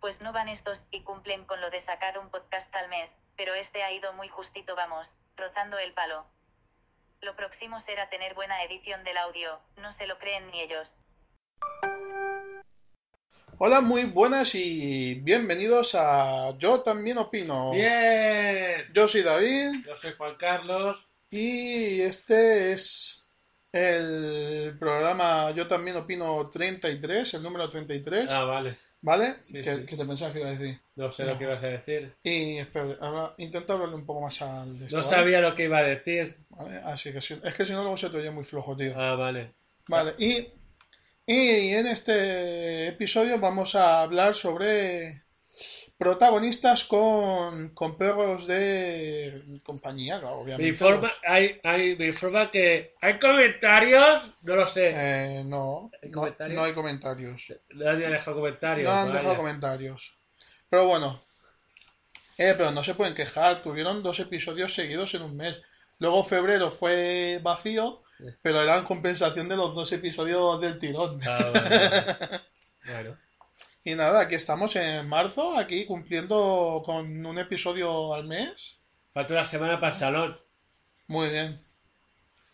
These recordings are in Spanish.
pues no van estos, y cumplen con lo de sacar un podcast al mes, pero este ha ido muy justito, vamos, rozando el palo. Lo próximo será tener buena edición del audio, no se lo creen ni ellos. Hola, muy buenas y bienvenidos a Yo también opino. Bien. Yo soy David Yo soy Juan Carlos. y este es el programa Yo también opino 33, el número 33, Ah, vale. ¿vale? sí, que, sí. que te pensabas que iba a decir. No sé lo que ibas a decir. Y espera, ahora intenta hablarle un poco más al... de esto, No ¿vale? sabía lo que iba a decir. ¿Vale? Así que si- es que si no luego se te oye muy flojo, tío. Ah, vale. Vale, y, y en este episodio vamos a hablar sobre protagonistas con, con perros de compañía, claro, Me obviamente. informa, los- hay, hay, me informa que hay comentarios. No lo sé. eh, no, ¿Hay no, comentarios? no hay comentarios. Nadie ha dejado comentarios. No han vaya. dejado comentarios. Pero bueno, eh, pero no se pueden quejar, tuvieron dos episodios seguidos en un mes. Luego febrero fue vacío, pero eran compensación de los dos episodios del tirón. Ah, vale, vale. Bueno, Y nada, aquí estamos en marzo, aquí cumpliendo con un episodio al mes. falta una semana para el salón. Muy bien.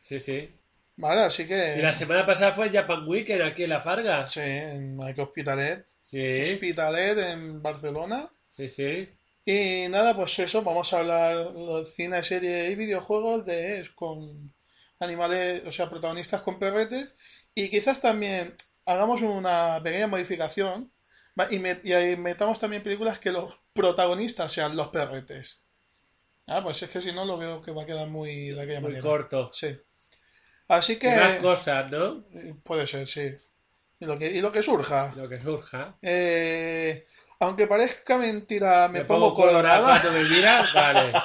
Sí, sí. Vale, así Y que... la semana pasada fue Japan Weekend aquí en La Farga. Sí, en- aquí Hospitalet. Sí, Hospitalet en Barcelona. sí, sí. Y nada, pues eso, vamos a hablar de cine, serie y videojuegos de con animales, o sea, protagonistas con perretes. Y quizás también hagamos una pequeña modificación va, y, met- y ahí metamos también películas que los protagonistas sean los perretes. Ah, pues es que si no lo veo que va a quedar muy de aquella Muy manera. corto. Sí. Así Y más que eh, cosas, ¿no? puede ser, sí. Y lo que, y lo que surja. Lo que surja. Eh, aunque parezca mentira, me pongo colorado colorada. cuando me miras. Vale.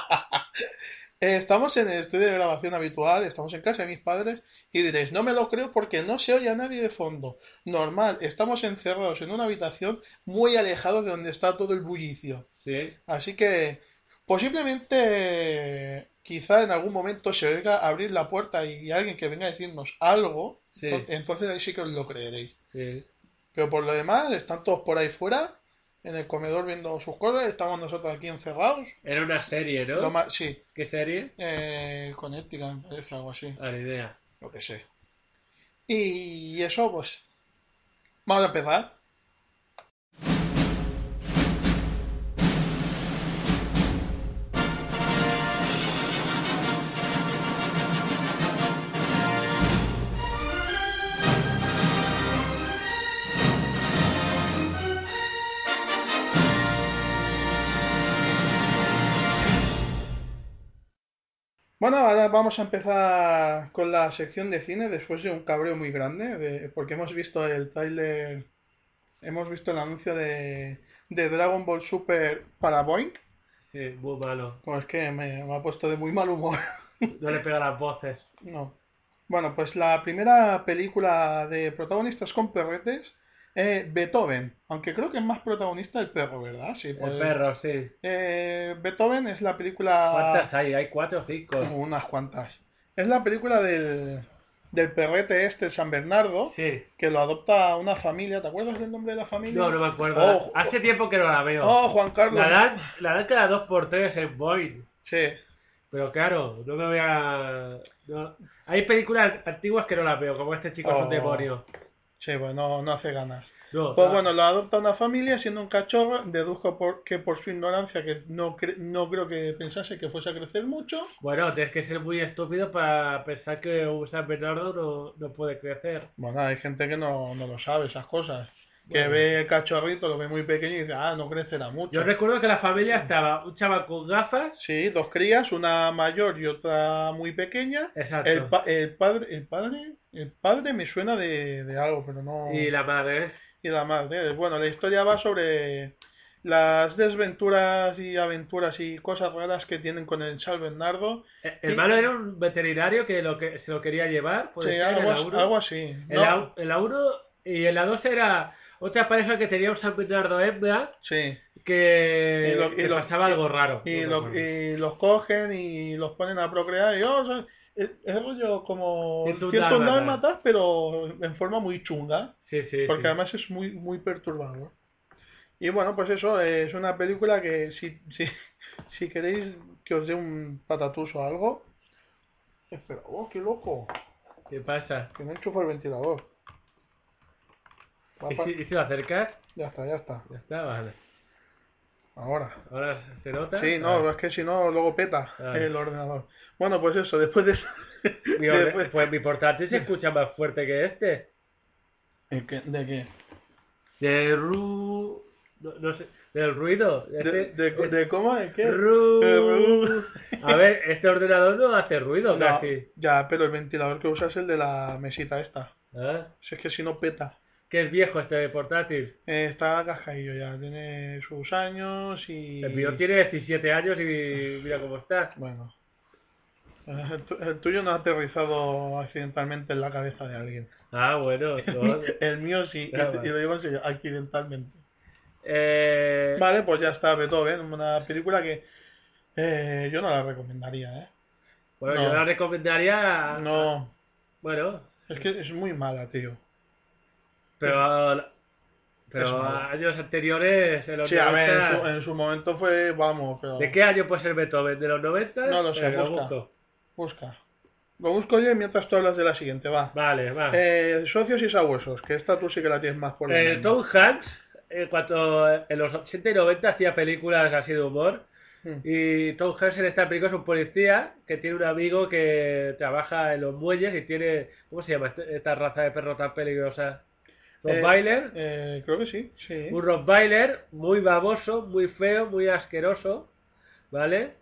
Eh, Estamos en el estudio de grabación habitual, estamos en casa de mis padres y diréis, no me lo creo porque no se oye a nadie de fondo. Normal, estamos encerrados en una habitación muy alejados de donde está todo el bullicio. Sí. Así que posiblemente eh, quizá en algún momento se oiga abrir la puerta y alguien que venga a decirnos algo, Sí. ento- entonces ahí sí que os lo creeréis. Sí, Pero por lo demás, están todos por ahí fuera, en el comedor viendo sus cosas, estamos nosotros aquí encerrados. Era una serie, ¿no? Lo más, sí, ¿Qué serie? eh, Connecticut, me parece, algo así. A la idea. lo que sé. Y eso, pues. Vamos a empezar. Bueno, ahora vamos a empezar con la sección de cine después de un cabreo muy grande, de- porque hemos visto el tráiler, hemos visto el anuncio de, de Dragon Ball Super para Boeing, Sí, muy malo. pues que me, me ha puesto de muy mal humor. No le pega las voces. No. Bueno, pues la primera película de protagonistas con perretes, eh, Beethoven, aunque creo que es más protagonista el perro, ¿verdad? Sí, pues, El perro, sí. eh, Beethoven es la película... ¿Cuántas hay? Hay cuatro o cinco. Unas cuantas. Es la película del, del perrete este, el San Bernardo, Sí. que lo adopta una familia. ¿Te acuerdas del nombre de la familia? No, no me acuerdo. Oh, Hace tiempo que no la veo. Oh, Juan Carlos. la dan, la dan cada dos por tres en Boyd. Sí, Pero claro, no me voy a... no. Hay películas antiguas que no las veo, como este chico es Oh. un demonio. sí, bueno, no, no hace ganas. No, Pues no. bueno, lo adopta una familia siendo un cachorro. Deduzco por, que por su ignorancia, que no, cre- no creo que pensase que fuese a crecer mucho. Bueno, tienes que ser muy estúpido para pensar que un San Bernardo no, no puede crecer. Bueno, hay gente que no, no lo sabe, esas cosas. Que Bueno. ve el cachorrito, lo ve muy pequeño y dice, ah, no crecerá mucho. Yo recuerdo que la familia estaba un chaval con gafas. Sí, dos crías, una mayor y otra muy pequeña. Exacto. El, pa- el padre, el padre, el padre me suena de, de algo, pero no. Y la madre. ¿eh? y la madre. ¿eh? Bueno, la historia va sobre las desventuras y aventuras y cosas raras que tienen con el Sal Bernardo. Eh, Sí. El malo era un veterinario que, lo que se lo quería llevar. puede Sí, ser, en algo, la as- uno. algo así. En ¿no? la u- en la 1 y en la 2 era otra pareja que tenía un San Bernardo hembra Sí. que Y lo- y que lo- pasaba algo raro. Y, no lo- recuerdo. y los cogen y los ponen a procrear. Y oh, son- es, es rollo como Ciento un ciento un dálmatas. dálmatas, pero en forma muy chunga. sí, sí, Porque sí. además es muy, muy perturbador. Y bueno, pues eso, eh, es una película que si, si, si queréis que os dé un patatús o algo... Espera, oh, qué loco, ¿Qué pasa? que no enchufo el ventilador. Va ¿Y pa- si, y si lo acercas? Ya está, ya está. Ya está, vale. Ahora. Ahora se nota. Sí, no, Ah, es que si no, luego peta Ah. el ordenador. Bueno, pues eso, después de... mi orde- después- Pues mi portátil se escucha más fuerte que este. ¿De qué? ¿De qué? De ru... No, no sé, del ruido. ¿De, de, Este- de cómo? ¿De qué? Ru- De ru- A ver, este ordenador no hace ruido No, casi. ya, pero el ventilador que usas es el de la mesita esta. ¿Ah? Si es que si no peta. Que es viejo este portátil. Eh, está cascaillo ya, tiene sus años y... El mío tiene 17 años y mira cómo está. Bueno. El, tu- el tuyo no ha aterrizado accidentalmente en la cabeza de alguien. Ah, bueno. no. El mío sí, y, Ah, vale. y lo digo en serio, accidentalmente. Eh, Vale, pues ya está, Beethoven, una película que eh, yo no la recomendaría, ¿eh? Bueno, no. yo la recomendaría... No, Bueno, es que es muy mala, tío. pero... Pero Eso. años anteriores... en los Sí, a ver, en 90, su, en su momento fue, vamos, pero... ¿De qué año puede ser Beethoven? ¿De los 90? No lo sé, Eh, busca. busco. Busca. Lo busco yo y mientras tú hablas de la siguiente, va. Vale, va. Eh, socios y sabuesos, que esta tú sí que la tienes más por Eh, el Tom Hanks, en, cuanto, en los 80 y 90 hacía películas así de humor. Hmm. Y Tom Hanks en esta película es un policía que tiene un amigo que trabaja en los muelles y tiene... ¿Cómo se llama este- esta raza de perro tan peligrosa? Eh, Rottweiler. Eh, creo que sí, sí. Un Rottweiler muy baboso, muy feo, muy asqueroso. ¿Vale?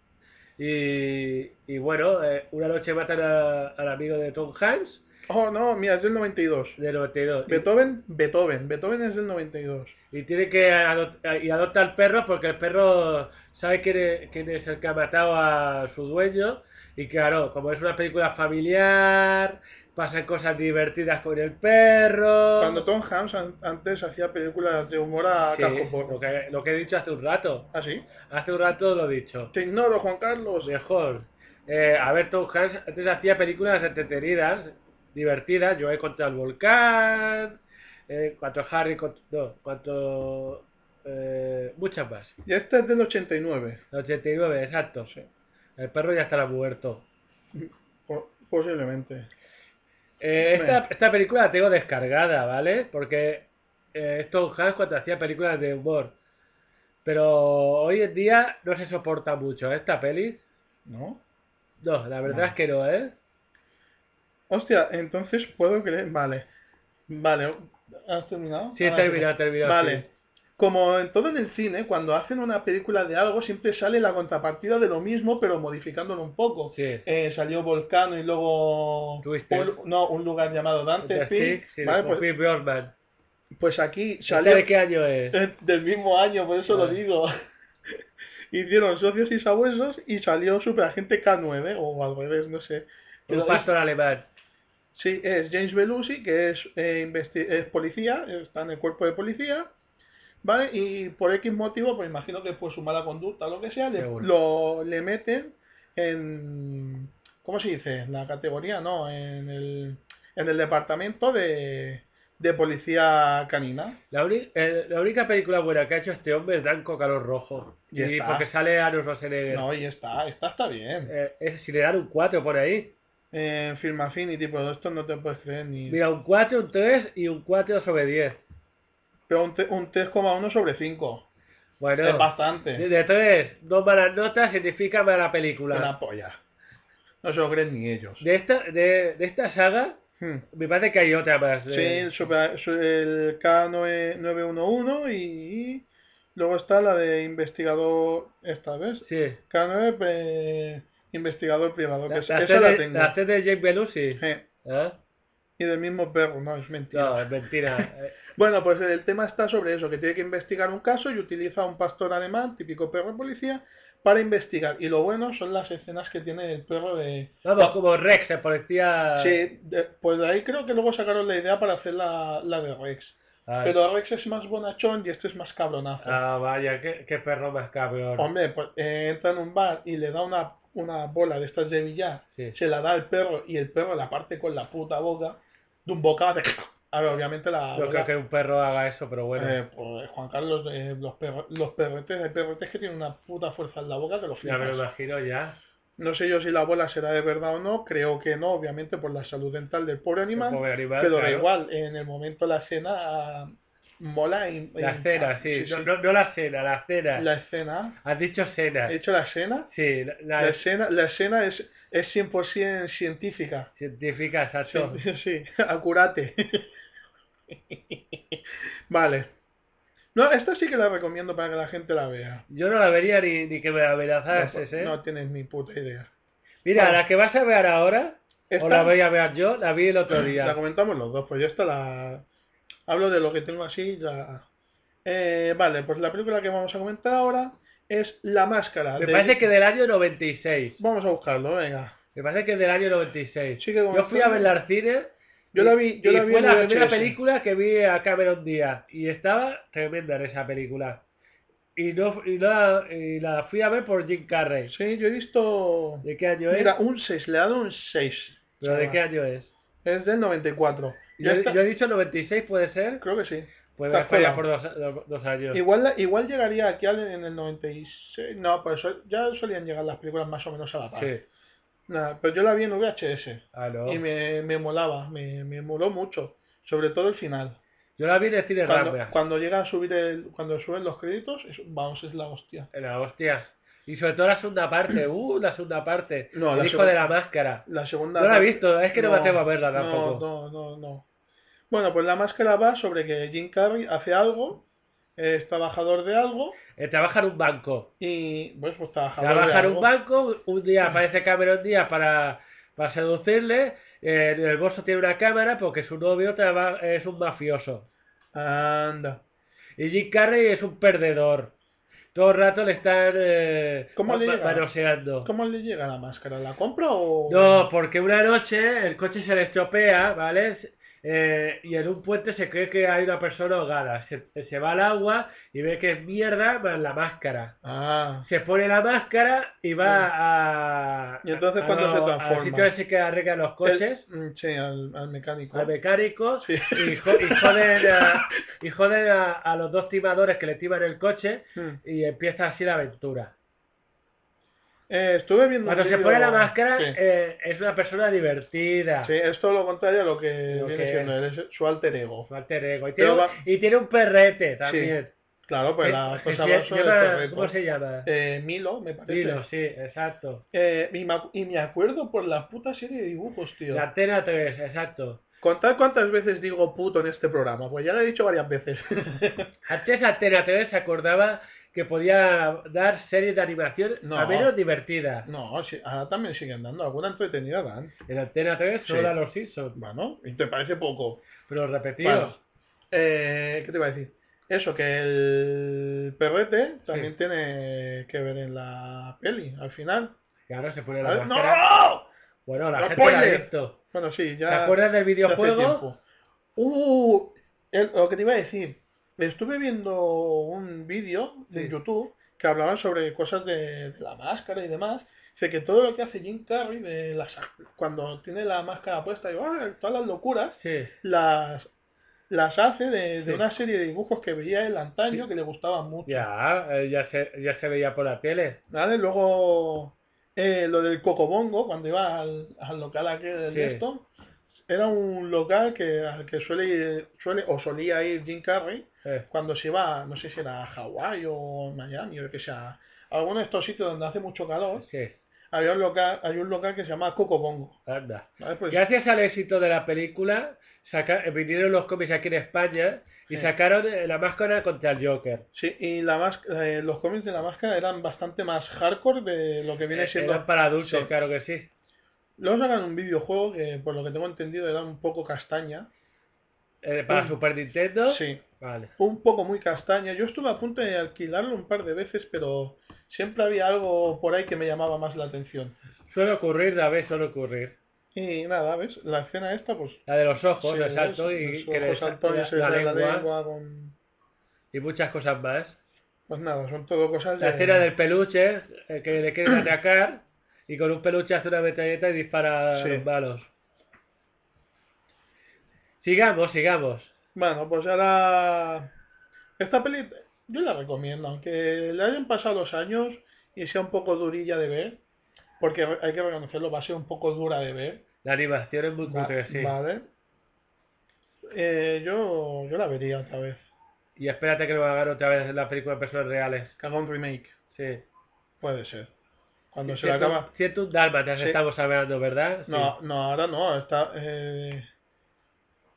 Y, y bueno, eh, una noche matan a- al amigo de Tom Hanks Oh, no, mira, es del 92. de 92. Y- Beethoven, Beethoven. Beethoven es del 92. Y tiene que adoptar, y adopta al perro porque el perro sabe quién es, quién es el que ha matado a su dueño. Y claro, como es una película familiar, pasan cosas divertidas con el perro. Cuando Tom Hanks an- antes hacía películas de humor a Sí, casco porro. lo, que, lo que he dicho hace un rato. ¿Ah, sí? Hace un rato lo he dicho. Te ignoro, Juan Carlos. Mejor. Eh, a ver, Tom Hanks antes hacía películas entretenidas, divertidas. Yo he contra el volcán. eh, cuanto Harry... cont- No, cuanto... eh, muchas más. Y esta es del 89, El 89, exacto. Sí. El perro ya estará muerto. po- posiblemente. Eh, esta, Bueno. esta película la tengo descargada, ¿vale? Porque eh, es Tom Hanks cuando hacía películas de humor. Pero hoy en día no se soporta mucho ¿eh? esta peli. ¿No? No, la verdad No. es que no, ¿eh? Hostia, entonces puedo creer... Vale. Vale. ¿Has terminado? Sí, he Ah, terminado, he terminado, Vale. sí. Como en todo en el cine, cuando hacen una película de algo, siempre sale la contrapartida de lo mismo, pero modificándolo un poco. Sí. Eh, salió Volcano y luego... Twister. un- no, un lugar llamado Dante Peak. Sí, Vale, con pues, Pete Broadbent. pues aquí ¿Esta salió... de qué año es? Eh, Del mismo año, por eso lo Vale. digo. Hicieron socios y sabuesos y salió Superagente K9, o al revés, no sé. Pero Un pastor alemán. es- sí, es James Belushi, que es, eh, investi- es policía, está en el cuerpo de policía, ¿vale? Y por X motivo, pues imagino que por su mala conducta o lo que sea, le, Seguro. lo, le meten en... ¿Cómo se dice? En la categoría, ¿no? En el, en el departamento de, de policía canina. La, uni- eh, la única película buena que ha hecho este hombre es Danco Calor Rojo. Ya y está. porque sale Arnold Schwarzenegger. No, y está, está, está bien. Eh, es- si le dan un 4 por ahí. En Film Affinity, pero esto no te puedes creer ni... Mira, un 4, un 3 y un 4 sobre 10. Pero un, te- un 3,1 sobre 5. Es Bueno, bastante. Es de 3, dos malas notas significa mala película. una polla. No se lo creen ni ellos. De esta de, de esta saga, Hmm. me parece que hay otra más. Sí, eh. el, super- su- el K911 y, y luego está la de investigador, esta vez. Sí. K9 eh, investigador privado. La, Que esa la esa C la de- tengo. la C de Jake Belushi. Eh, ¿Eh? Y del mismo perro, no, es mentira. No, es mentira. Eh, Bueno, pues el tema está sobre eso, que tiene que investigar un caso y utiliza un pastor alemán, típico perro policía, para investigar. Y lo bueno son las escenas que tiene el perro de... Vamos, como Rex, el policía... Sí, de- pues de ahí creo que luego sacaron la idea para hacer la, la de Rex. Ah, Pero Rex es más bonachón y este es más cabronazo. ah, vaya, qué, qué perro más cabrón. Hombre, pues eh, entra en un bar y le da una, una bola de estas de billar, Sí. se la da al perro y el perro la parte con la puta boca de un bocado de... Ahora, obviamente la... Yo creo que un perro haga eso, pero bueno. Eh, pues, Juan Carlos, eh, los, perro- los perretes, hay perretes que tienen una puta fuerza en la boca que los ya me lo flipas. imagino ya. No sé yo si la bola será de verdad o no, creo que no, obviamente por la salud dental del pobre animal, El pobre animal, pero da claro. igual, en el momento la escena ah, mola. y- La y- cena, sí. Ah, sí, No, sí. no- no la cena, la cena. La escena, Has dicho cena. he hecho la escena, Sí, la, la la escena, la escena es, es 100% científica. científica, exacto. Sí, sí, acurate. Vale. No, esta sí que la recomiendo para que la gente la vea. Yo no la vería ni, ni que me No, pues, amenazases, ¿eh? no tienes ni puta idea. Mira, Bueno. la que vas a ver ahora, Esta- o la voy a ver yo, la vi el otro La día. comentamos los dos, pues yo esta la... Hablo de lo que tengo así ya... Eh, vale, pues la película que vamos a comentar ahora es La Máscara. Me de- parece que del año 96. Vamos a buscarlo, venga. Me parece que es del año 96. Sí que yo fui a verla al cine. Yo y- la vi- yo y la vi fue en la primera VHS. película que vi a Cameron Díaz. Y estaba tremenda en esa película. Y no, y no la, y la fui a ver por Jim Carrey. Sí, yo he visto... ¿De qué año es? Mira, un 6, le he dado un 6. ¿Pero de qué año es? Es del 94. Yo, Ah. Ya está- yo he dicho 96, ¿puede ser? Creo que sí. Pues Te me has falla colado. por dos, dos- dos años. Igual, la- igual llegaría aquí al- en el 96. No, pero eso- ya solían llegar las películas más o menos a la par. Sí. Nada, pero yo la vi en VHS. Ah, no. Y me, me molaba, me, me moló mucho. Sobre todo el final. Yo la vi en el cine Cuando, Rambla, cuando llega a subir el, cuando suben los créditos, es- vamos, es la hostia. En la hostia. Y sobre todo la segunda parte. Uh, la segunda parte. No, el la hijo segunda- de la máscara. La segunda No la he parte- visto, es que no, me atrevo a verla no, tampoco. No, no, no. Bueno, pues la máscara va sobre que Jim Carrey hace algo, es trabajador de algo, Eh, trabaja en un banco. y pues, pues trabajador de Trabaja en algo. Ah. un banco, un día aparece Cameron Díaz para, para seducirle, eh, en el bolso tiene una cámara porque su novio traba- es un mafioso. Anda. Y Jim Carrey es un perdedor. Todo el rato le están eh, ¿Cómo le ma- llega? manoseando. ¿Cómo le llega la máscara? ¿La compra o...? No, porque una noche el coche se le estropea, ¿vale? Eh, y en un puente se cree que hay una persona ahogada. Se, se va al agua y ve que es mierda más la máscara. Ah, Se pone la máscara y va Sí. a... Y entonces, a- ¿cuándo a- se transforma? Al sitio ese que arregla los coches, el- mm, sí, al, al mecánico. al mecánico, Sí. y, jo- y joden, a, y joden a- a los dos timadores que le timan el coche Mm. y empieza así la aventura. Eh, estuve viendo... un Cuando se vídeo- pone la máscara Sí. eh, es una persona divertida. Sí, es todo lo contrario a lo que Lo viene que- siendo él, es su alter ego. Su alter ego. Y tiene, Pero va- y tiene un perrete también. Claro, pues Que- la que cosa se va sobre llama- el perrete. ¿Cómo se llama? Eh, Milo, me parece. Dilo, sí, exacto. Eh, y, me, acu- y me acuerdo por la puta serie de dibujos, tío. La antena 3, exacto. Contad cuántas veces digo puto en este programa, pues ya lo he dicho varias veces. Antes Antena 3 se acordaba que podía dar series de animación No. a menos divertidas. no, sí, ahora también siguen dando, alguna entretenida dan. En Antena 3 solo Sí. a los Simpsons, Bueno, y te parece poco. pero repetidos. Bueno, eh, ¿Qué te iba a decir? Eso, que el perrete también tiene que ver en la peli, al final. Y ahora se pone la ¿Vale? máscara. Eh, ¡No! Bueno, la ¡No, gente la ha spoiler! visto. Bueno, sí, ya... ¿Te acuerdas ya del hace videojuego? tiempo. Uh, el- lo que te iba a decir. Estuve viendo un vídeo de Sí. YouTube que hablaban sobre cosas de, de la máscara y demás. Dice que todo lo que hace Jim Carrey de las, cuando tiene la máscara puesta y ¡ah! todas las locuras, Sí. las, las hace de, de Sí. una serie de dibujos que veía él antaño Sí. que le gustaban mucho. Ya, eh, ya se, ya se veía por la tele. ¿Vale? Luego, eh, lo del Cocobongo, cuando iba al, al local aquel del Sí. esto, era un local que, al que suele ir- suele o solía ir Jim Carrey Eh, cuando se iba, no sé si era a Hawái o Miami o lo que sea, a alguno de estos sitios donde hace mucho calor, sí, había un local, hay un local que se llama Cocobongo. anda. ¿vale? Pues, Gracias al éxito de la película, saca- eh, vinieron los cómics aquí en España y Sí. sacaron eh, la máscara contra el Joker. sí, y la más, eh, los cómics de la máscara eran bastante más hardcore de lo que viene Eh, siendo. Eran para adultos, sí. claro que sí. Luego sacaron un videojuego que, por lo que tengo entendido, era un poco castaña. Eh, para Mm. Super Nintendo. Sí. Vale. un poco muy castaña. Yo estuve a punto de alquilarlo un par de veces, pero siempre había algo por ahí que me llamaba más la atención. Suele ocurrir, David, suele ocurrir. Y nada, ¿ves? La escena esta, pues... La de los ojos, se exacto, ve, y los que le ojos sa- saltones, se la, ve la lengua, con... y muchas cosas más. Pues nada, son todo cosas de... La escena del peluche, eh, que le quieren atacar, y con un peluche hace una metralleta y dispara a Sí. los malos. Sigamos, sigamos. Bueno, pues ahora... Esta peli yo la recomiendo, aunque le hayan pasado los años y sea un poco durilla de ver, porque re- hay que reconocerlo, va a ser un poco dura de ver, La animación es muy va- cutre, sí. ¿vale? Eh, yo, yo la vería otra vez, Y espérate que lo hagan otra vez la película de personas reales. que haga un remake, Sí. puede ser. Cuando se la Cierto- acaba... Cierto dálmatas Sí. estamos hablando, ¿verdad? Sí. No, no, ahora no, está... eh,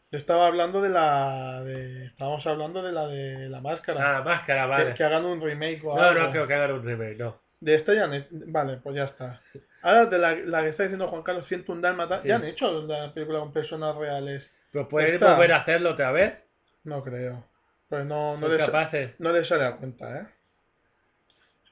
yo estaba hablando de la... De, estábamos hablando de la de la máscara. Ah, máscara, que- vale. Que, hagan un remake o No, algo. no creo que hagan un remake, no. De esta ya han he- Vale, pues ya está. Ahora de la, la que está diciendo Juan Carlos, siento un dálmata. Sí. Ya han hecho la película con personas reales. Pero pueden Está. Pues volver a hacerlo otra vez. No creo. Pues no, no, Son les, capaces. no les sale a cuenta, ¿eh?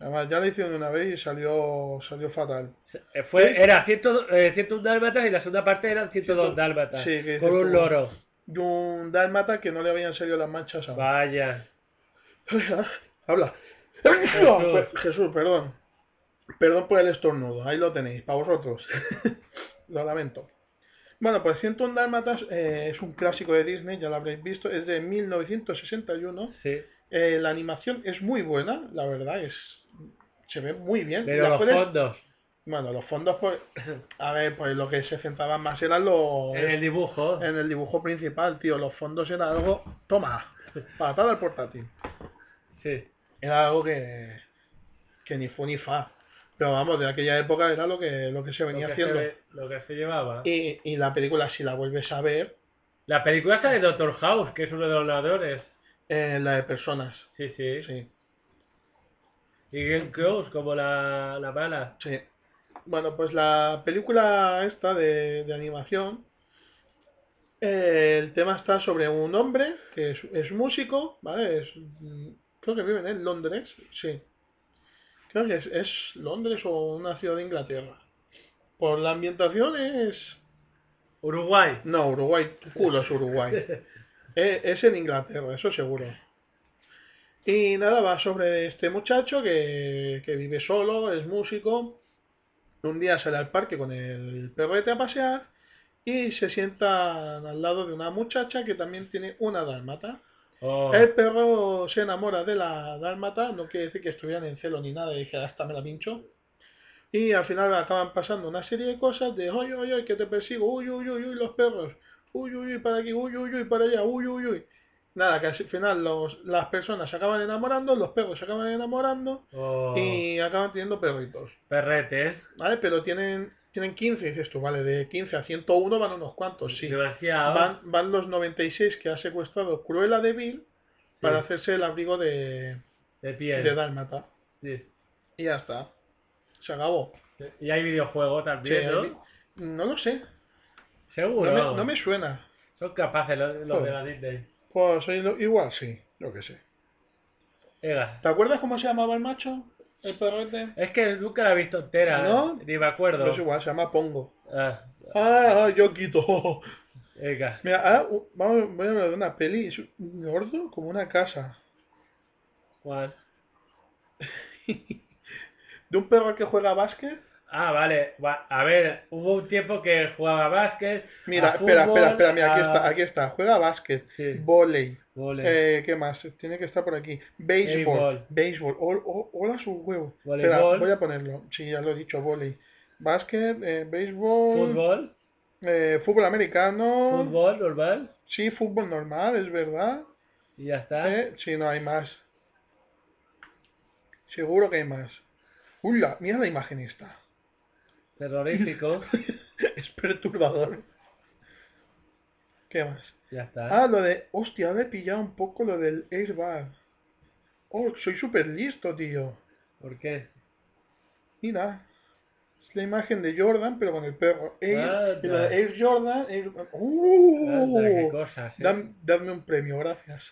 Además, ya la hicieron una vez y salió salió fatal. Eh, Fue, era 100, eh, 101 dálmatas y la segunda parte eran 102 Ciento- dálmatas. sí, que con dices un tú. loro. Y un dálmata que no le habían salido las manchas aún. Vaya. Habla. pues, Jesús. Jesús, perdón. Perdón por el estornudo. Ahí lo tenéis, para vosotros. lo lamento. Bueno, pues 101 Dálmatas eh, es un clásico de Disney, ya lo habréis visto. Es de 1961. Sí. Eh, la animación es muy buena, la verdad. es Se ve muy bien. Pero La los puedes- fondos, Bueno, los fondos, pues... A ver, pues lo que se centraban más eran los... en el dibujo, en el dibujo principal, tío. Los fondos eran algo... Toma, patada al portátil. sí. era algo que, que ni fu ni fa. Pero vamos, de aquella época era lo que, lo que se venía Lo que haciendo. se- lo que se llevaba. Y, y la película, si la vuelves a ver, La película está de Doctor House, que es uno de los ladrones. eh, la de personas. Sí, sí. Sí, Y Glenn Close como la, la mala. sí. Bueno, pues la película esta de, de animación, eh, el tema está sobre un hombre que es, es músico, ¿vale? Es, mm, creo que viven en Londres, sí. Creo que es, es Londres o una ciudad de Inglaterra. Por la ambientación es Uruguay. No, Uruguay, tu culo es Uruguay. Eh, es en Inglaterra, eso seguro. Y nada, va sobre este muchacho que, que vive solo, es músico. Un día sale al parque con el perrete a pasear y se sienta al lado de una muchacha que también tiene una dálmata. Oh, El perro se enamora de la dálmata, no quiere decir que estuvieran en celo ni nada, y dije, hasta me la pincho. Y al final acaban pasando una serie de cosas de, oye, oye, oye, que te persigo, uy, uy, uy, uy, los perros, uy, uy, uy, para aquí, uy, uy, uy, para allá, uy, uy, uy. Nada, que al final los, las personas se acaban enamorando, los perros se acaban enamorando oh, y acaban teniendo perritos, Perretes. ¿vale? Pero tienen tienen 15, dices tú, ¿vale? De 15 a 101 van unos cuantos, sí. Demasiado. Van, van los 96 que ha secuestrado Cruella de Vil para Sí. eh. hacerse el abrigo de, de de piel. Dálmata. Sí. Y ya está. Se acabó. Y hay videojuego también, Sí, ¿no? hay- No lo sé. No, Seguro. me, no me suena. Son capaces los, los de la Disney. Pues ahí lo- igual sí, yo que sé. Venga. ¿Te acuerdas cómo se llamaba el macho? El perrete. Es que nunca la he visto entera. ¿No? Ni me acuerdo. Pero es Pues igual, se llama Pongo. Ah, Ah, ah, yo quito. venga. Mira, ahora, uh, vamos, voy a hablar de una peli. Es un gordo como una casa. Juan. De un perro que juega a básquet. Ah, vale. Va- A ver, hubo un tiempo que jugaba a básquet. Mira, a espera, fútbol, espera, espera, mira, aquí a- está, aquí está. Juega a básquet, Sí. volei, Vole- eh, ¿qué más? Tiene que estar por aquí. Béisbol, Béisbol. béisbol, o- o- hola su huevo. Voleibol. Espera, voy a ponerlo, sí, ya lo he dicho, volei. Básquet, eh, béisbol, Fútbol. eh, fútbol americano, Fútbol normal. sí, fútbol normal, es verdad. Y ya está. Eh, sí, no hay más. Seguro que hay más. Ula, mira la imagen esta. Terrorífico. es perturbador. ¿Qué más? ya está. Ah, lo de... Hostia, ahora he pillado un poco lo del airbag. Oh, soy súper listo, tío. ¿Por qué? Mira. Es la imagen de Jordan, pero con el perro. Air, Anda. y lo de Air Jordan... Air- ¡Uh! Anda, qué cosas. ¿eh? Dam- dadme un premio, gracias.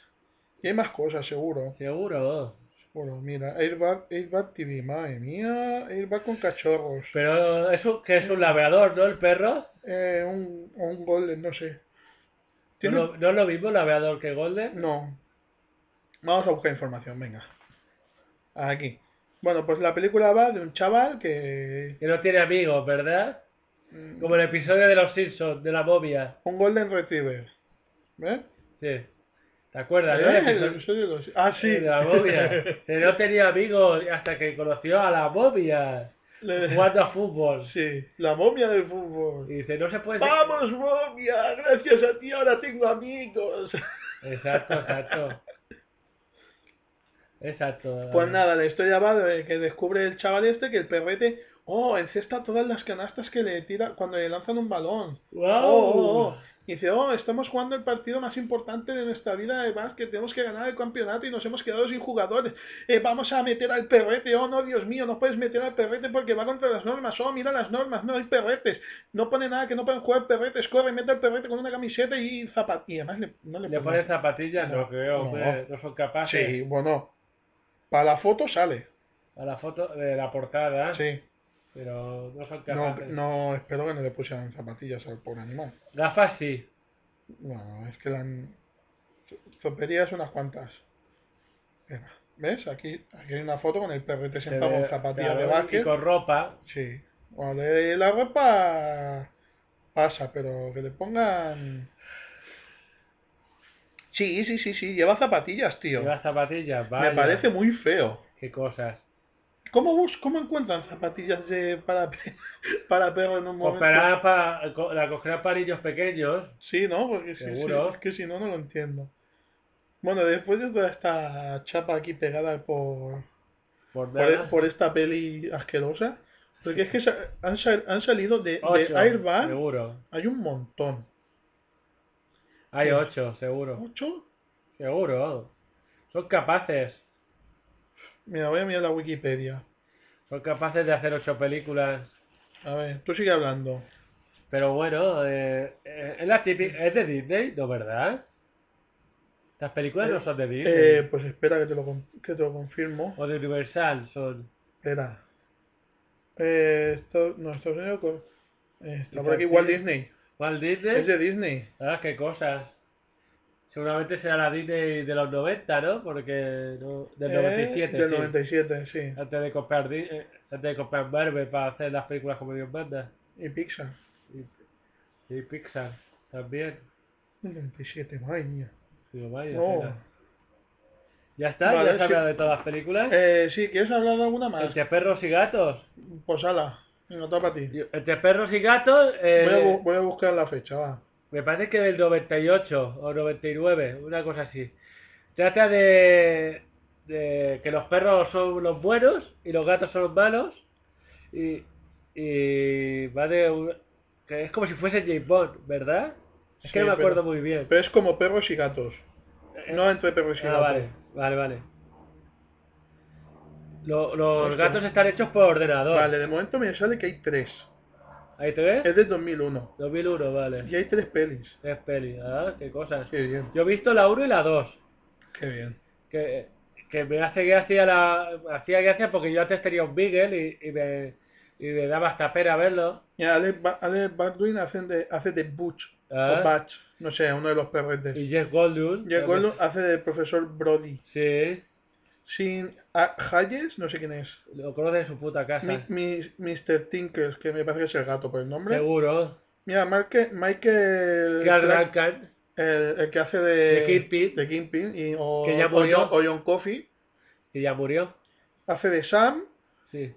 Y hay más cosas, seguro. Seguro. Bueno, mira, Airbag, Airbag TV, madre mía, Airbag con cachorros. Pero eso que es un labrador, ¿no? El perro. Eh, un, o un golden, no sé. No, Tiene- lo- no es lo mismo labrador que Golden. No. Vamos a buscar información, venga. Aquí. Bueno, pues la película va de un chaval que... Que no tiene amigos, ¿verdad? mm, Como el episodio de los Simpsons, de la momia. Un Golden Retriever. ¿Ves? Sí. ¿Te acuerdas, no? ¿Eh? El El episodio- episodio dos. Ah, sí. de la bobia. Que no tenía amigos hasta que conoció a la bobia Le- jugando a fútbol. Sí, la momia del fútbol. Y dice, no se puede... ¡Vamos, momia! Gracias a ti ahora tengo amigos. Exacto, exacto. Exacto. Pues nada, la historia va de que descubre el chaval este que el perrete, oh, encesta todas las canastas que le tira cuando le lanzan un balón. ¡Guau! Oh, oh, oh. Y dice, oh, estamos jugando el partido más importante de nuestra vida de básquet, tenemos que ganar el campeonato y nos hemos quedado sin jugadores. Eh, vamos a meter al perrete, oh no, Dios mío, no puedes meter al perrete porque va contra las normas, oh, mira las normas, no hay perretes, no pone nada que no puedan jugar perretes, corre, mete al perrete con una camiseta y zapatillas. Además, le, no le ¿Le pone- ponen zapatillas? No, creo, No. hombre, no son capaces. Sí, bueno, para la foto sale, A la foto de la portada, sí. pero no son No, capaces. no, espero que no le pusieran zapatillas al pobre animal. Gafas sí. No, es que le han... Zoperías unas cuantas. Venga, ¿Ves? Aquí, aquí hay una foto con el perrete Se sentado ve- con zapatillas claro, de Y básquet. con ropa. Sí. Bueno, le- la ropa pasa, pero que le pongan... Sí, sí, sí, sí, lleva zapatillas, tío. Y las zapatillas, vaya. Me parece muy feo. Qué cosas. ¿Cómo, bus ¿Cómo encuentran zapatillas de, para, pe- para perro Pues en un momento? Comprará pa- co- la cogerá para niños pequeños. Sí, ¿no? Porque sí, sí, Seguro. es que si no, no lo entiendo. Bueno, después de toda esta chapa aquí pegada por, Por por, e-, nada. por esta peli asquerosa, porque es que sa- han, sal- han salido de, de Ocho, Airbag, seguro. hay un montón. Hay ocho, seguro. ¿Ocho? Seguro. Son capaces. Mira, voy a mirar la Wikipedia. Son capaces de hacer ocho películas. A ver, tú sigue hablando. Pero bueno, eh, eh, es, la típica, es de Disney, ¿no verdad? Las películas no son de Disney. Eh, pues espera que te lo, con- que te lo confirmo. o de Universal son. Espera. Eh, esto, no, Estados Unidos... co- eh, está por aquí Disney. Walt Disney. ¿Cuál Disney? Es de Disney. Ah, qué cosas. Seguramente será la Disney de los 90, ¿no? Porque no- del Eh, 97, Del sí. 97, sí. Antes de comprar Di- eh, antes de comprar Marvel para hacer las películas como Dios manda. Y Pixar. Y Pixar también. Un 97, madre mía. Digo, vaya, No. tela. Ya está, Oh. Vale, ya se ha sí. hablado de todas las películas. Eh, sí, ¿quieres hablar de alguna más? Entre perros y gatos. Pues ala, venga, toca para ti. Voy, Entre perros y gatos, eh, a, bu- voy a buscar la fecha, va. me parece que del 98 o 99, una cosa así. Trata de, de que los perros son los buenos y los gatos son los malos. Y, y va de un- que es como si fuese James Bond, ¿verdad? Es que Sí, no me pero- acuerdo muy bien. Pero es como perros y gatos. Eh, No entre perros y Ah, gatos. vale, vale, vale. Lo- los Esto. gatos están hechos por ordenador. Vale, de momento me sale que hay tres. Ahí te ves. Es del 2001. 2001, vale. Y hay tres pelis. Es peli, ah, qué cosas. Qué bien, Yo he visto la 1 y la 2. qué bien. que, que me hace gracia la hacía gracia porque yo antes tenía un Beagle y, y me, y me daba hasta pena verlo Y Alec, Ba- Alec Baldwin hace de, hace de Butch. Ah. O Batch. No sé, uno de los perretes. y Jeff Goldblum Y el gordo hace de profesor Brody. sí Sin a- Hayes, no sé quién es. lo conoce en su puta casa Mi, mi- Mr. Tinkers, que me parece que es el gato por el nombre. seguro Mira, Marque- Michael, Carl Clark, Duncan el, el que hace de, De Kingpin. de Kingpin, y, o, Que ya o John, murió. o John Coffey, que ya murió hace de Sam, sí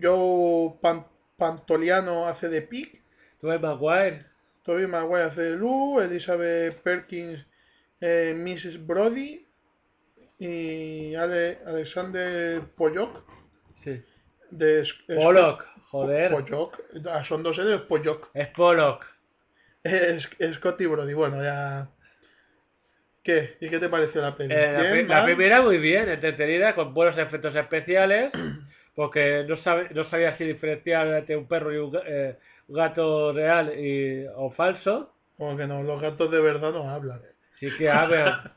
Joe Pan- Pantoliano hace de Pig, Tobey Maguire Toby Maguire hace de Lou, Elizabeth Perkins, eh, Mrs. Brody, y Ale- Alexander Pollock, sí de... Sc- Pollock Sc- joder Pollock, ah, son dos L's, Pollock. es Pollock Es, es Scotty Brody, bueno, ya... ¿Qué? ¿Y qué te pareció la peli? Eh, la, ¿Bien? pri- la ¿Mal? primera muy bien, entretenida, con buenos efectos especiales, porque no, sabe, no sabía si diferenciar entre un perro y un, ga- eh, un gato real y, o falso, Como que no, los gatos de verdad no hablan. eh, sí que hablan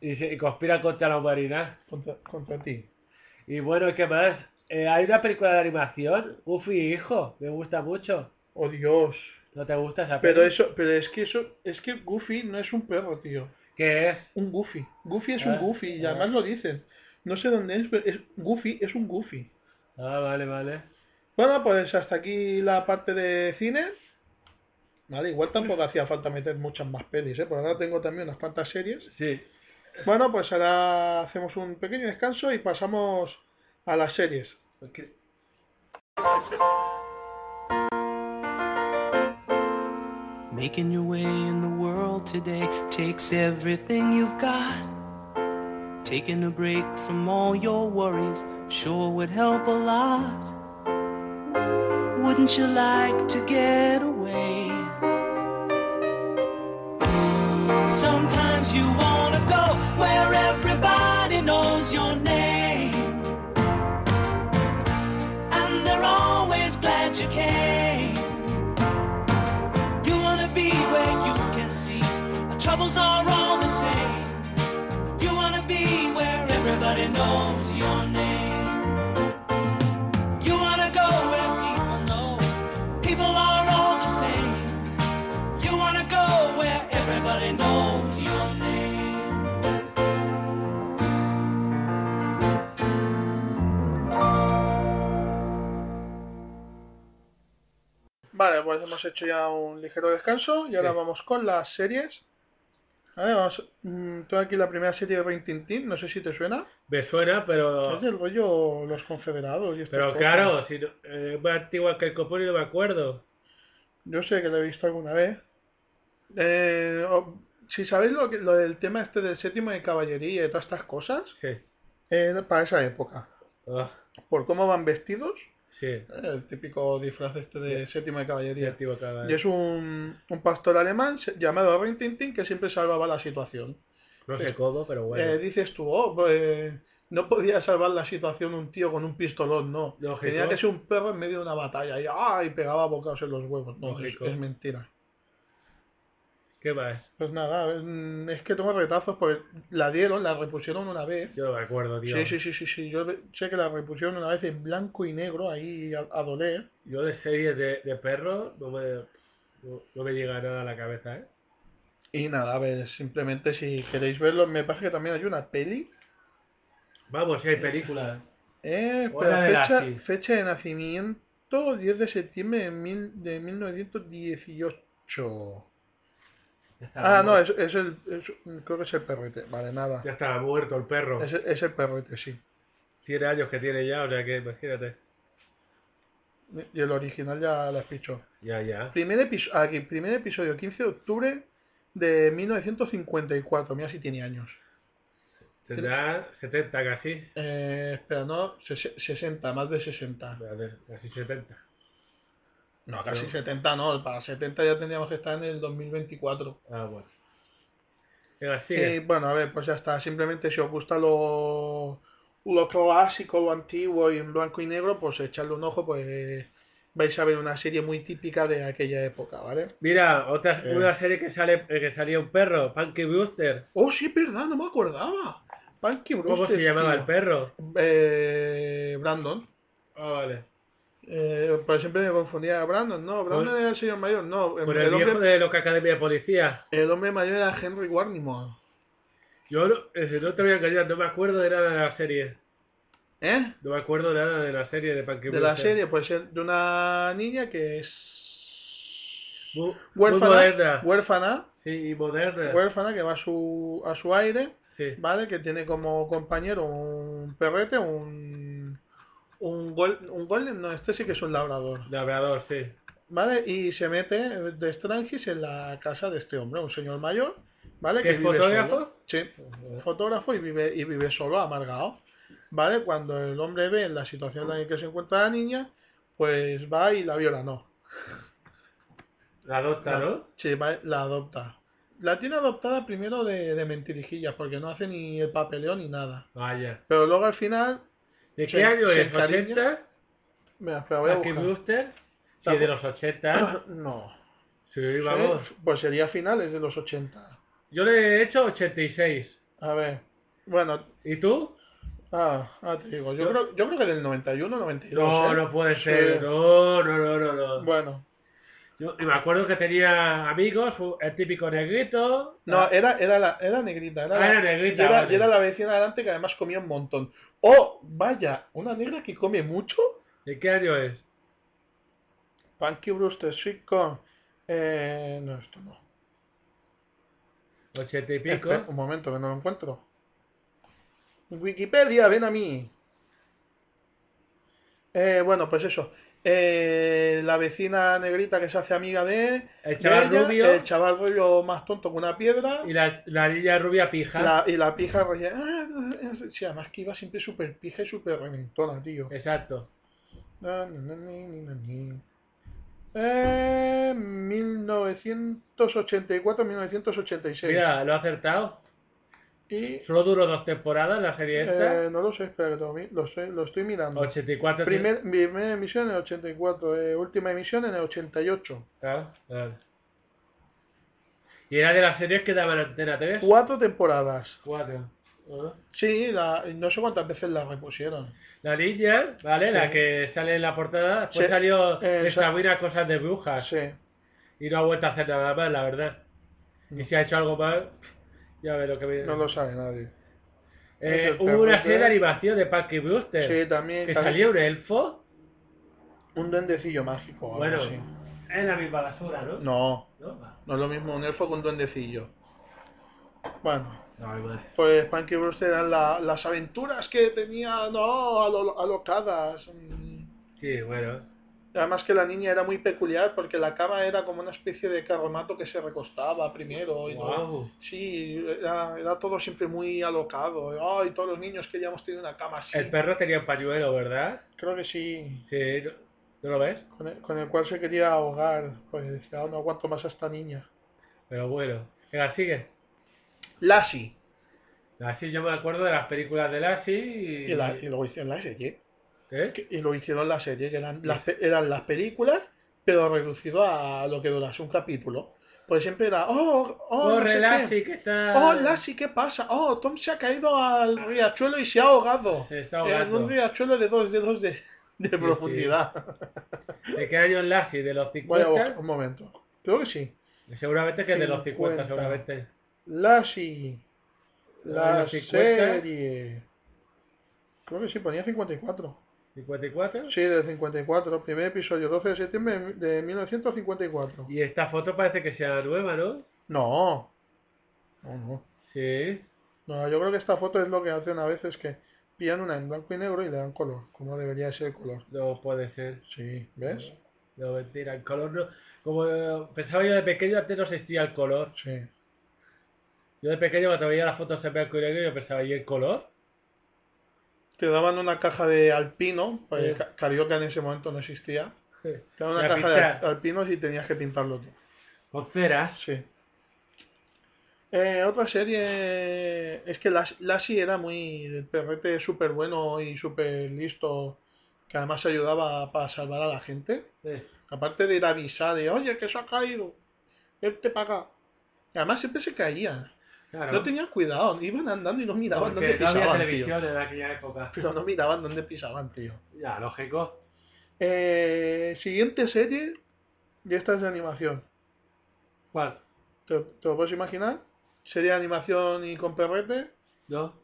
y, se- y conspiran contra la humanidad. Contra, contra ti. Y bueno, ¿qué más? Eh, hay una película de animación, Ufi y Hijo, me gusta mucho. Oh Dios. ¿No te gusta esa Pero peli? eso, pero es que eso, es que Goofy no es un perro, tío. ¿Qué es? Un Goofy. Goofy es Ah, un Goofy, y ah. además lo dicen. No sé dónde es, pero es Goofy es un Goofy. Ah, vale, vale. Bueno, pues hasta aquí la parte de cine. ¿vale? Igual tampoco hacía falta meter muchas más pelis, ¿eh? Por ahora tengo también unas cuantas series. Sí. Bueno, pues ahora hacemos un pequeño descanso y pasamos a las series. Ok. Making your way in the world today takes everything you've got. Taking a break from all your worries sure would help a lot. Wouldn't you like to get away? Sometimes you want to go where everybody knows your name. And they're always glad you came. You wanna be where you can see our troubles are all the same. You wanna be where everybody knows your name. You wanna go where people know people are all the same. You wanna go where everybody knows your name. Vale, pues hemos hecho ya un ligero descanso y ahora Sí. vamos con las series. A ver, vamos, mm, tengo aquí la primera serie de Brain Tintín, no sé si te suena. Me suena, pero... Es del rollo Los Confederados y estas Pero cosas. claro, si no, eh, es más antigua que el copón y no me acuerdo. Yo sé que lo he visto alguna vez. Eh, o- si sabéis lo, que- lo del tema este del séptimo de caballería y todas estas cosas, Sí. era para esa época. Ah, Por cómo van vestidos, sí. eh, el típico disfraz este de séptimo de caballería. Antigua cada Y es un, un pastor alemán se- llamado Rin Tin Tin que siempre salvaba la situación. No sé cómo, pero bueno. Eh, dices tú, oh, pues, no podía salvar la situación un tío con un pistolón, no. Lógico. Tenía que ser un perro en medio de una batalla y, ¡ay! pegaba bocados en los huevos. No, es, Lógico. es mentira. ¿Qué más? Pues nada, mm, es que tengo retazos porque la dieron, la repusieron una vez. Yo no me acuerdo, tío. Sí, sí, sí, sí, sí, yo ve- sé que la repusieron una vez en blanco y negro ahí a, a doler. Yo de series de, de perros no me, no, no me llega nada a la cabeza, ¿eh? Y nada, a ver, simplemente si queréis verlo, me parece que también hay una peli. Vamos, si hay películas. Eh, pero Hora de fecha, Lassie. fecha de nacimiento 10 de septiembre de, mil, de 1918. Ah, no, es, es el... es- creo que es el perrete. Vale, nada. Ya estaba muerto el perro. Es, es el perrete, sí. Tiene años que tiene ya, o sea que imagínate. Y el original ya la pichó. Ya, ya. Primer, episodio, aquí, primer episodio, 15 de octubre de 1954. Mira si tiene años. Tendrá 70 casi. Eh, espera, no, ses- 60, más de 60. A ver, Casi 70. No, casi Pero- 70 no, para 70 ya tendríamos que estar en el 2024. Ah, bueno. Venga, Y sigue. bueno, a ver, pues ya está. Simplemente si os gusta lo, lo clásico, lo antiguo y en blanco y negro, pues echarle un ojo, pues vais a ver una serie muy típica de aquella época, ¿vale? Mira, otra Eh. una serie que sale eh, que salía un perro, Punky Brewster. Oh, sí, es verdad, no me acordaba. Punky ¿Cómo se Brewster, llamaba tío. el perro? Eh, Brandon. Ah, vale. Eh, pues siempre me confundía a Brandon, no, Brandon Con- era el señor mayor, no, el, Por Pues el hombre, viejo de loca academia de policía. el hombre mayor era Henry Warnimore. Yo no, eh, no te voy a engañar, no me acuerdo de nada de la serie. ¿Eh? No me acuerdo nada de la serie de Punky De la serie, pues es de una niña que es Muy, muy huérfana, moderna. huérfana, Sí, y moderna. huérfana que va a su, a su aire, Sí. ¿vale? Que tiene como compañero un perrete, un, un, gol, un golden, no, este sí que es un labrador, Labrador, sí. ¿vale? Y se mete de estrangis en la casa de este hombre, un señor mayor, ¿vale? ¿Que es vive fotógrafo? solo. Sí, fotógrafo y vive, y vive solo, amargado, ¿vale? Cuando el hombre ve la situación en la que se encuentra la niña, pues va y la viola, no. La adopta, ¿no? Sí, va- la adopta. La tiene adoptada primero de, de mentirijillas, porque no hace ni el papeleo ni nada. Vaya. Pero luego al final, ¿De Se- qué año se es? encariña. ¿80? me espera, voy a Punky buscar. Brewster. Sí, Tampoco- de los 80. No. Sí, vamos. Sí, Pues sería finales de los 80. Yo le he hecho 86. A ver. Bueno, ¿Y tú? ah, ah, te digo, yo, Yo- creo, yo creo que del 91, 92. No, ¿eh? no Ah. puede Sí. ser. No, no, no, no. no. Bueno, Yo- y me acuerdo que tenía amigos, un- el típico negrito. no, Ah, era, era, la, era negrita. Era, Ah, la- era negrita, y era, vale. y era la vecina delante que además comía un montón. Oh, vaya, una negra que come mucho. ¿De qué año es? Punky Brewster, Sweet Corn, este Eh, no, esto no. Ochenta y pico. Espera, un momento, que no lo encuentro. Wikipedia, ven a mí. Eh, bueno, pues eso. Eh, la vecina negrita que se hace amiga de El de chaval ella, rubio. el chaval rubio más tonto que una piedra Y la, la niña rubia pija. la- y la pija rollo, "Ah, ah, ah". sí, además que iba siempre súper pija y súper reventona, tío. Exacto. Na, na, na, na, na, na. Eh, 1984-1986. Mira, lo ha acertado. Y Solo duró dos temporadas la serie esta. eh, no lo sé, espera, que lo, mi- lo estoy, lo estoy mirando. 84. Primer- primera emisión en el 84, eh, última emisión en el 88. Claro, claro. Y era de las series que daban Antena 3. Cuatro temporadas. Cuatro. Ah. Sí, la, no sé cuántas veces la repusieron. La niña, ¿vale? Sí. La que sale en la portada. Después Sí. salió Eh, de sa- Sabrina Cosas de Brujas. Sí. Y no ha vuelto a hacer nada más, la verdad. Y si ha hecho algo más, ya ve lo que viene. Mm. No lo sabe nadie. Eh, Eso está hubo una muy serie de bien. animación de Punky Brewster. Sí, también Eh, que también- salió un elfo. un duendecillo mágico. o algo Bueno, así. es la misma basura, ¿no? No, No, no es lo mismo un elfo que un duendecillo. Bueno, no, igual. pues Punky Brewster eran la- las aventuras que tenía, no, alo- alocadas. mm. Sí, bueno. Además que la niña era muy peculiar porque la cama era como una especie de carromato que se recostaba primero y todo. Guau. Sí, era, era todo siempre muy alocado. Ay, todos los niños que ya hemos tenido una cama así. El perro tenía un pañuelo, ¿verdad? Creo que sí, Sí, ¿no, ¿no lo ves? con el, con el cual se quería ahogar. Pues decía, "Ah, no aguanto más a esta niña. Pero bueno. Venga, sigue. Lassie. Así yo me acuerdo de las películas de Lassie y... Y, la- y luego hicieron la serie. ¿Eh? que- Y lo hicieron la serie, que eran las, pe- eran las películas, pero reducido a lo que durase un capítulo. Pues siempre era, oh, oh, no sé Corre, qué. Lassie, que está... Oh, Lassie, ¿qué pasa? Oh, Tom se ha caído al riachuelo y se ha ahogado. Se está ahogando. En un riachuelo de dos dedos de, de profundidad. ¿De qué año es Lassie? ¿De los Voy a 50? buscar un momento. Creo que sí. Seguramente que es de los 50, 50. seguramente. Lassie. La Los 50. serie. Creo que sí, ponía 54. ¿54? Sí, del 54. Primer episodio, 12 de septiembre de 1954. Y esta foto parece que sea nueva, ¿no? No. No, no. Sí. No, yo creo que esta foto es lo que hacen a veces que pillan una en blanco y negro y le dan color, como debería ser el color. No puede ser. Sí, ¿ves? No, mentira. El color no... Como eh, pensaba yo de pequeño, antes no existía el color. Sí. Yo de pequeño cuando veía las fotos en blanco y negro yo pensaba, ¿y el color? Te daban una caja de alpino, porque Sí. ca- carioca en ese momento no existía. Te daban una La caja pinta de al- alpinos y tenías que pintarlo tú. Con ceras. Sí. Eh, otra serie es que Las- Lassie era muy el perrete súper bueno y súper listo, que además ayudaba para salvar a la gente. Sí. Aparte de ir a avisar de, oye, que se ha caído, vete para acá. Y Además siempre se caían. Claro. No tenían cuidado, iban andando y no miraban dónde Porque no había pisaban, tío. televisión en aquella época. Pero no miraban dónde pisaban, tío. Ya, lógico. Eh, siguiente serie, y esta es de animación. ¿Cuál? ¿Te, te lo puedes imaginar? Serie de animación y con perrete. ¿No?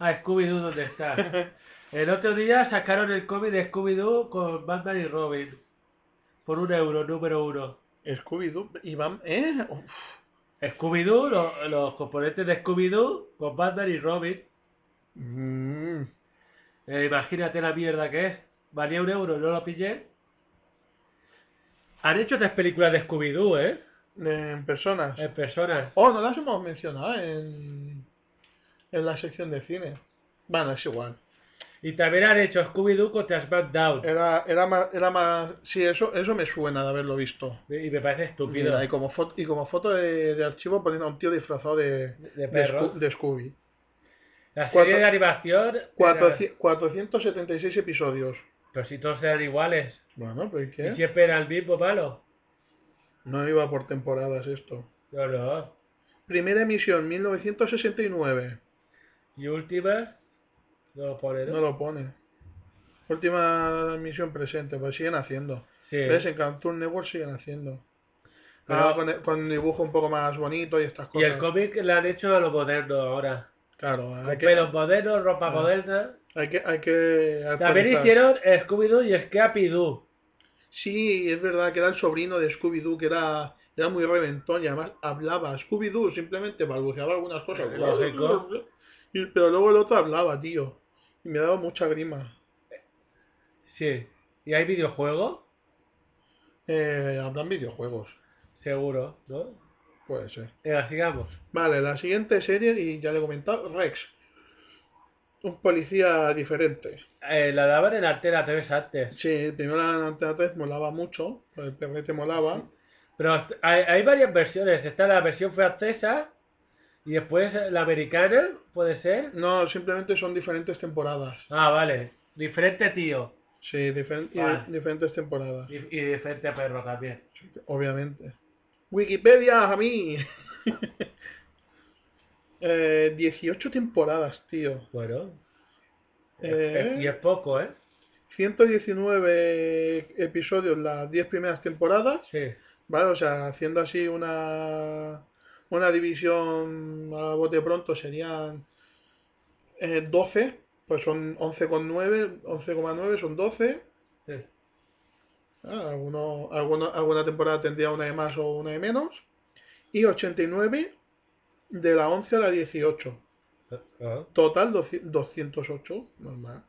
Ah, Scooby-Doo, ¿dónde está? el otro día sacaron el cómic de Scooby-Doo con Batman y Robin. Por un euro, número uno. Scooby-Doo, Iván, ¿eh? Uf, Scooby-Doo, lo- los componentes de Scooby-Doo con Batman y Robin. mm, Eh, imagínate la mierda que es. Valía un euro, no lo pillé. Han hecho tres películas de Scooby-Doo, ¿eh? en personas. En personas. Oh, no las hemos mencionado en, en la sección de cine. Bueno, es igual. Y también han hecho Scooby-Doo contra SmackDown. Era, era más, era más, sí, eso, eso me suena de haberlo visto. Y me parece estúpido. Mira, y como foto, y como foto de, de archivo poniendo a un tío disfrazado de, De perro. Sco- de Scooby. La cuatro- serie de animación... era- Cuatroci- 476 episodios. Pero si todos eran iguales. Bueno, pero ¿y Y qué? siempre era el mismo malo. No iba por temporadas esto. No, no. Primera emisión, 1969. Y última... No lo pone, ¿no? No lo pone. Última emisión presente, pues siguen haciendo. Sí. ¿Ves? En Cartoon Network siguen haciendo. Pero- Ahora con, con un dibujo un poco más bonito y estas Y cosas. el cómic lo han hecho a lo moderno ahora. Claro, Con hay que, pelos modernos, ropa Ah. moderna. hay que, hay que También actualizar. hicieron Scooby-Doo y Scrappy-Doo. Sí, es verdad que era el sobrino de Scooby-Doo, que era, era muy reventón y además hablaba. Scooby-Doo simplemente balbuceaba algunas cosas. Eh, lógico. Y- pero luego el otro hablaba, tío. Y me daba mucha grima. Sí. ¿Y hay videojuego? Eh, hablan videojuegos, Seguro, ¿no? puede ser. Venga, sigamos. Vale, la siguiente serie, y ya le he comentado, Rex. Un policía diferente. Eh, la daban en Antena 3 antes. Sí, primero la Antena 3 molaba mucho, el perrete molaba. Pero hay, hay varias versiones. Está la versión francesa y después la americana, puede ser. No, simplemente son diferentes temporadas. Ah, vale. Diferente tío. Sí, diferen- y- Vale. diferentes temporadas, Y, y diferente perro también. obviamente. Wikipedia a mí. Eh, 18 temporadas, tío. Bueno. Eh, Y es poco, ¿eh? 119 episodios las 10 primeras temporadas. Sí. Vale, o sea, haciendo así una, una división a bote pronto serían eh, 12, pues son 11,9, 11,9 son 12. sí. Ah, alguno- alguno- alguna temporada tendría una de más o una de menos. Y 89 de la 11 a la 18. Ah, Total 200 208, normal.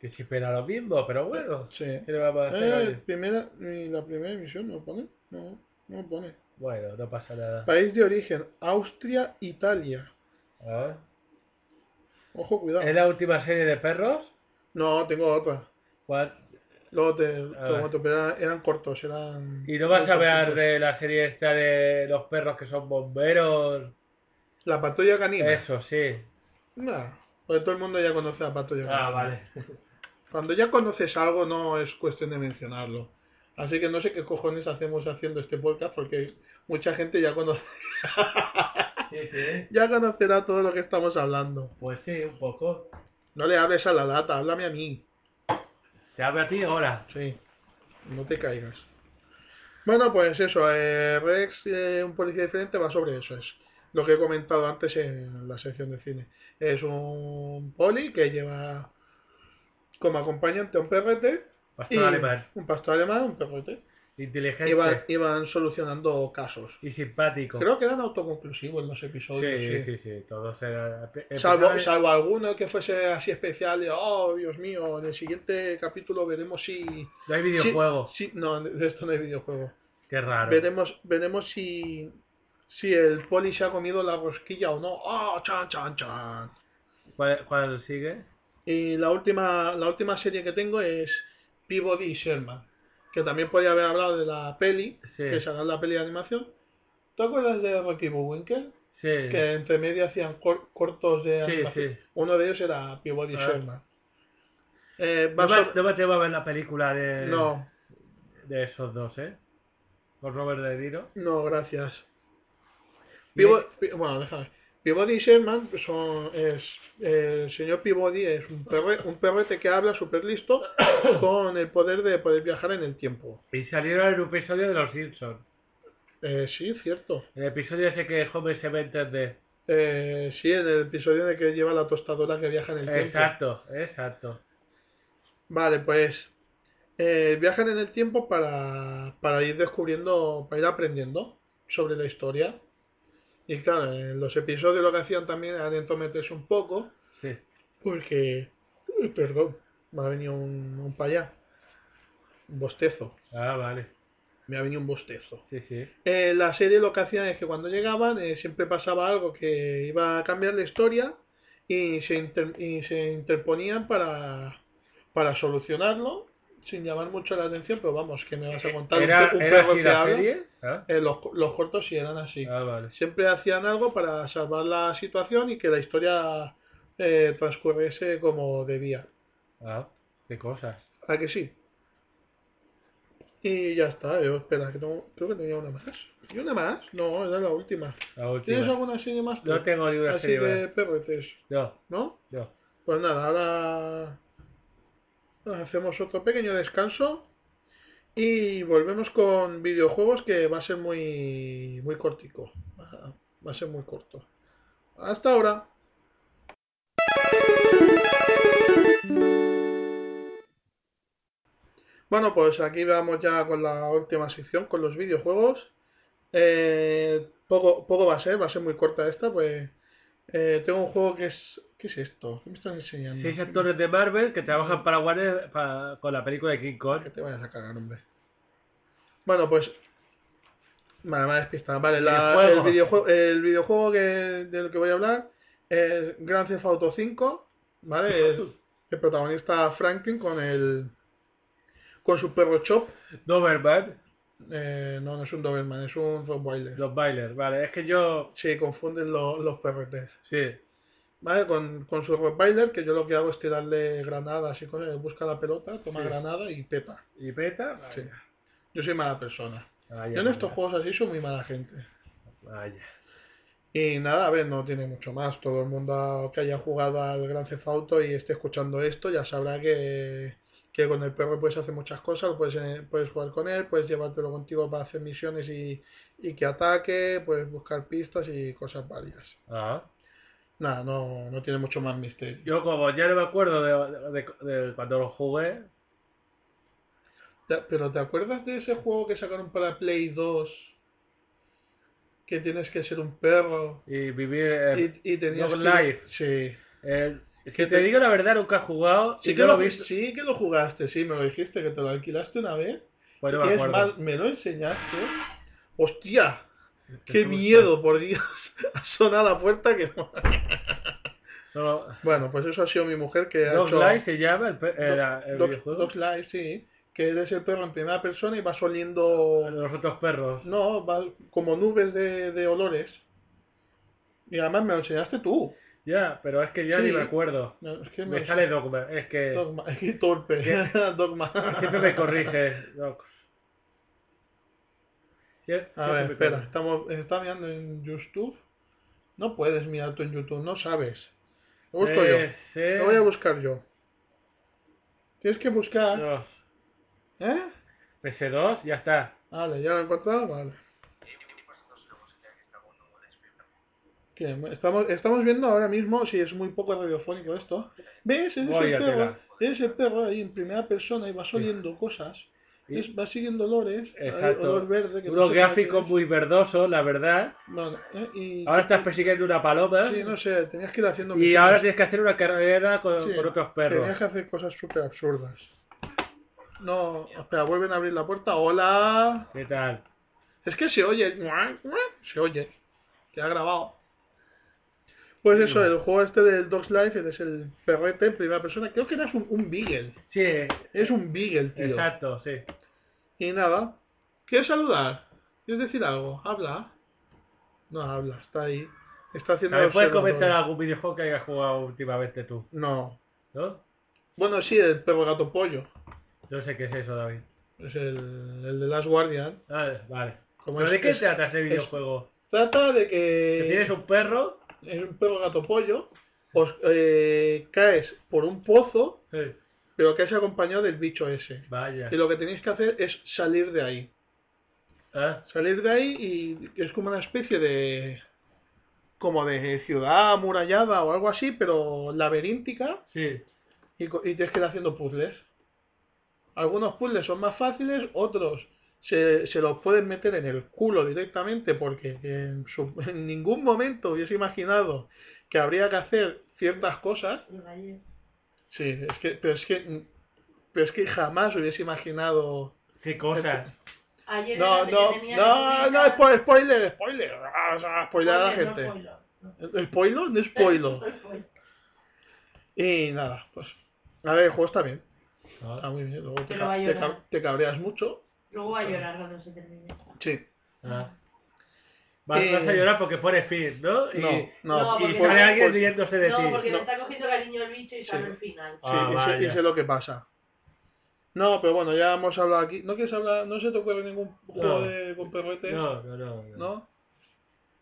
que si pena lo mismo, pero bueno. Sí. ¿Qué le vamos a hacer? Eh, oye? primera, ni la primera emisión no pone. No, no pone. Bueno, no pasa nada. País de origen, Austria, Italia. Ah. Ojo, cuidado. ¿Es la última serie de perros? No, tengo otra. ¿Cuál? Luego te, te Ah. cuento, pero eran, eran cortos, eran... ¿Y no vas a eran hablar cortitos. de la serie esta de los perros que son bomberos? La patrulla canina. Eso, sí. Nah, porque todo el mundo ya conoce la patrulla canina. Ah, vale. Cuando ya conoces algo no es cuestión de mencionarlo. Así que no sé qué cojones hacemos haciendo este podcast porque mucha gente ya conoce, Sí, sí. ya conocerá todo lo que estamos hablando. Pues sí, un poco. No le hables a la lata, háblame a mí. Te hablo a ti ahora. Sí, no te caigas. Bueno, pues eso, eh, Rex, eh, un policía diferente, va sobre eso. Es lo que he comentado antes en la sección de cine. Es un poli que lleva como acompañante a un perrete. Pastor y- alemán. Un pastor alemán, un perrete. Inteligente. Iban, iban solucionando casos. Y simpático. Creo que eran autoconclusivos los episodios. sí, sí, sí. sí, sí. Todos eran... Salvo, empezaban- salvo alguno que fuese así especial de, oh, Dios mío, en el siguiente capítulo veremos si... No hay videojuego. si- si-". no, de esto no hay videojuego. Qué raro. Veremos, veremos si, si el poli se ha comido la rosquilla o no. ¡Oh, chan, chan, chan! ¿Cuál, cuál sigue? Y la última, la última serie que tengo es Peabody y Sherman, que también podría haber hablado de la peli, Sí. que sacan la peli de animación. ¿Te acuerdas de Rocky Bullwinkle? Sí. Que entre medio hacían cor- cortos de Sí, animación. sí. Uno de ellos era Peabody y Ah. Sherman. Eh, va No me, sobre- no me atrevo a ver la película de, no, de esos dos, ¿eh? Con Robert De Niro. no, gracias. Y- Pivo- pi- bueno, déjame. Peabody y Sherman son, es, eh, el señor Peabody es un, perre- un perrete que habla súper listo con el poder de poder viajar en el tiempo. Y salieron en un episodio de Los Simpsons. Eh, sí, cierto. El episodio ese que Homer se va a entender. Eh, sí, en el episodio de que lleva la tostadora que viaja en el tiempo. Exacto, exacto. Vale, pues eh, viajan en el tiempo para, para ir descubriendo, para ir aprendiendo sobre la historia. Y claro, en los episodios lo que hacían también era entrometerse un poco. Sí. Porque, uy, perdón, me ha venido un, un payá. Un bostezo. Ah, vale. Me ha venido un bostezo. Sí, sí. Eh, la serie lo que hacían es que cuando llegaban eh, siempre pasaba algo que iba a cambiar la historia y se, inter- y se interponían para, para solucionarlo sin llamar mucho la atención, pero vamos, que me vas a contar un Eh, ¿Era, pe- un, era perro así que la habla? serie? Ah, Eh, los, los cortos sí eran así. ah, vale. Siempre hacían algo para salvar la situación y que la historia eh, transcurriese como debía. Ah, qué cosas. ¿A que sí? Y ya está, yo espera, que no, creo que tenía una más. ¿Y una más? No, era la última. La ¿Tienes última. alguna serie más? tú? No tengo ni una Así serie de más. perretes, No, ¿no? no. Pues nada, ahora hacemos otro pequeño descanso y volvemos con videojuegos que va a ser muy, muy cortico. Va va a ser muy corto. Hasta ahora. Bueno, pues aquí vamos ya con la última sección, con los videojuegos. Eh, poco, poco va a ser, va a ser muy corta esta, pues eh, tengo un juego que es... ¿Qué es esto? ¿Qué me estás enseñando? Seis actores de Marvel que trabajan para Warner para- con la película de King Kong. Que te vayas a cagar, hombre. Bueno, pues... Vale, me ha despistado. Vale, la- el, Videojuego. videojuego, el videojuego que, del que voy a hablar es Grand Theft Auto 5, ¿vale? Es el protagonista Franklin con el... con su perro Chop. Doberman, Eh, no, no es un Doberman, es un Rottweiler. los bailers, vale. Es que yo... Sí, confunden lo- los perretes. Sí. ¿Vale? Con, con su Rottweiler, que yo lo que hago es tirarle granadas y cosas. Busca la pelota, toma Sí. granada y peta. ¿Y peta? Vaya. Sí. Yo soy mala persona. Vaya, Yo en vaya, estos juegos así soy muy mala gente. Vaya. Y nada, a ver, no tiene mucho más. Todo el mundo que haya jugado al Gran Cefauto y esté escuchando esto ya sabrá que, que con el perro puedes hacer muchas cosas. Puedes, eh, puedes jugar con él, puedes llevártelo contigo para hacer misiones y, y que ataque, puedes buscar pistas y cosas varias. Ah. Nada, no, no tiene mucho más misterio. Yo como ya no me acuerdo de, de- de cuando lo jugué, Ya, Pero ¿te acuerdas de ese juego que sacaron para Play 2? Que tienes que ser un perro. y vivir eh, Y, y tenías Dog que... Life. Sí. el- que si Eh, te te- digo la verdad, nunca he jugado. Sí y que, no lo, lo he visto. sí que lo jugaste, sí, me lo dijiste, que te lo alquilaste una vez. Pues no y me es acuerdo. más, me lo enseñaste. ¡Hostia! Te ¡Qué gusta. miedo, por Dios! Ha sonado a la puerta que no... Solo- Bueno, pues eso ha sido mi mujer que ha Dog hecho... Life se llama el, pe- el- el Dog- videojuego. Dog Life, sí. Que eres el perro en primera persona y vas oliendo... Los otros perros. No, va como nubes de, de olores. Y además me lo enseñaste tú. Ya, pero es que ya Sí. ni me acuerdo. No, es que Me no- sale Dogma. Es que Dogma. Es que torpe. Dogma. siempre me corrige. Doc. Sí, A siempre ver, me espera. corrige. Estamos, está mirando en YouTube. No puedes mirar tú en YouTube, no sabes. Lo busco Eh, yo. sí. Lo voy a buscar yo. Tienes que buscar. No. ¿Eh? PS2, ya está. Vale, ya lo he encontrado. Vale. Bien, Estamos, estamos viendo ahora mismo si es muy poco radiofónico esto. ¿Ves? Ese Voy es a el perro. tirar. Ese perro ahí en primera persona y va oliendo cosas. Sí. Es- va siguiendo olores. hay Exacto. Olor verde. que no Unos sé gráficos qué muy verdosos, la verdad. es. Bueno, ¿eh? y, Ahora estás persiguiendo una paloma. sí, no sé, tenías que ir haciendo... Y misiones. ahora tienes que hacer una carrera con, Sí, con otros Tenías perros. que hacer cosas súper absurdas. No, espera, vuelven a abrir la puerta. ¡Hola! ¿Qué tal? Es que se oye. ¡mua, mua! Se oye. Que ha grabado. Pues Mm. eso, el juego este del Dogs Life eres el perrete en primera persona. Creo que eras un, un Beagle. Sí, Es un Beagle, tío. exacto, sí. Y nada. ¿Quieres saludar? ¿Quieres decir algo? Habla. No habla, está ahí. Está haciendo... También puedes observador. comentar algún videojuego que hayas jugado últimamente tú, No. ¿no? Bueno, sí, el perro gato pollo. No sé qué es eso, David. Es el, el de Last Guardian. Ah, vale. Como ¿Pero es- de qué es- trata ese videojuego? Trata de Que que... tienes un perro, Es un perro gato pollo. Os, eh, caes por un pozo sí, pero que es acompañado del bicho ese. vaya. Y lo que tenéis que hacer es salir de ahí. Ah, Salir de ahí y es como una especie de... como de ciudad amurallada o algo así, pero laberíntica sí, y, co- y tienes que ir haciendo puzzles. Algunos puzzles son más fáciles, otros se, se los pueden meter en el culo directamente porque en, su- en ningún momento hubiese imaginado que habría que hacer ciertas cosas. Sí, es que, pero es que, pero es que jamás hubiese imaginado. qué cosas. Ayer No, era que no, tenía no, que no, publicar- spo- spoiler, spoiler, ah, o sea, spoiler a la Spoiler, no gente. spoiler, no. Spoiler, no spoiler. Spoiler. Y nada, pues, a ver, el juego está bien, está Ah, muy bien. Luego te, Pero va ca- a te, llorar. ca- te cabreas mucho. Luego Ah. va a llorar cuando se termine. Sí. ah. Vas, Eh, vas a llorar porque pone fin, ¿no? Y, No, no. No, y porque- por- sale alguien por- sí, riéndose de ti. No, porque no. le está cogiendo cariño el bicho y sabe Sí. el final. Ah, y sé- y vaya. sé lo que pasa. No, pero bueno, ya hemos hablado aquí. ¿No quieres hablar? ¿No se te ocurre ningún juego de, con perretes? No, no, no, no. ¿No?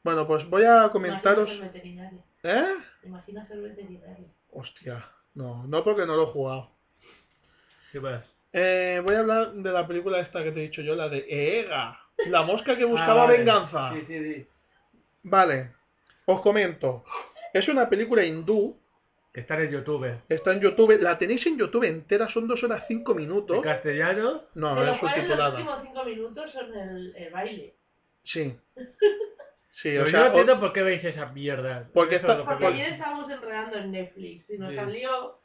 Bueno, pues voy a comentaros... Imagina ser veterinario. ¿Eh? Imagina ser veterinario. Hostia, no, no porque no lo he jugado. ¿Qué más? Eh, voy a hablar de la película esta que te he dicho yo, la de Ega, la mosca que buscaba Ah, vale. venganza. Sí, sí, sí. Vale, os comento. Es una película hindú que está en el YouTube. Está en YouTube, la tenéis en YouTube entera, son dos horas cinco En minutos. castellano, No, De no los es cuales los subtitulada. últimos cinco minutos son el, el baile. Sí. Sí, Pero o yo no sea, o- entiendo por qué veis esa mierda. Porque Eso está- es lo Porque primero. ayer estábamos enredando en Netflix y nos Sí. salió...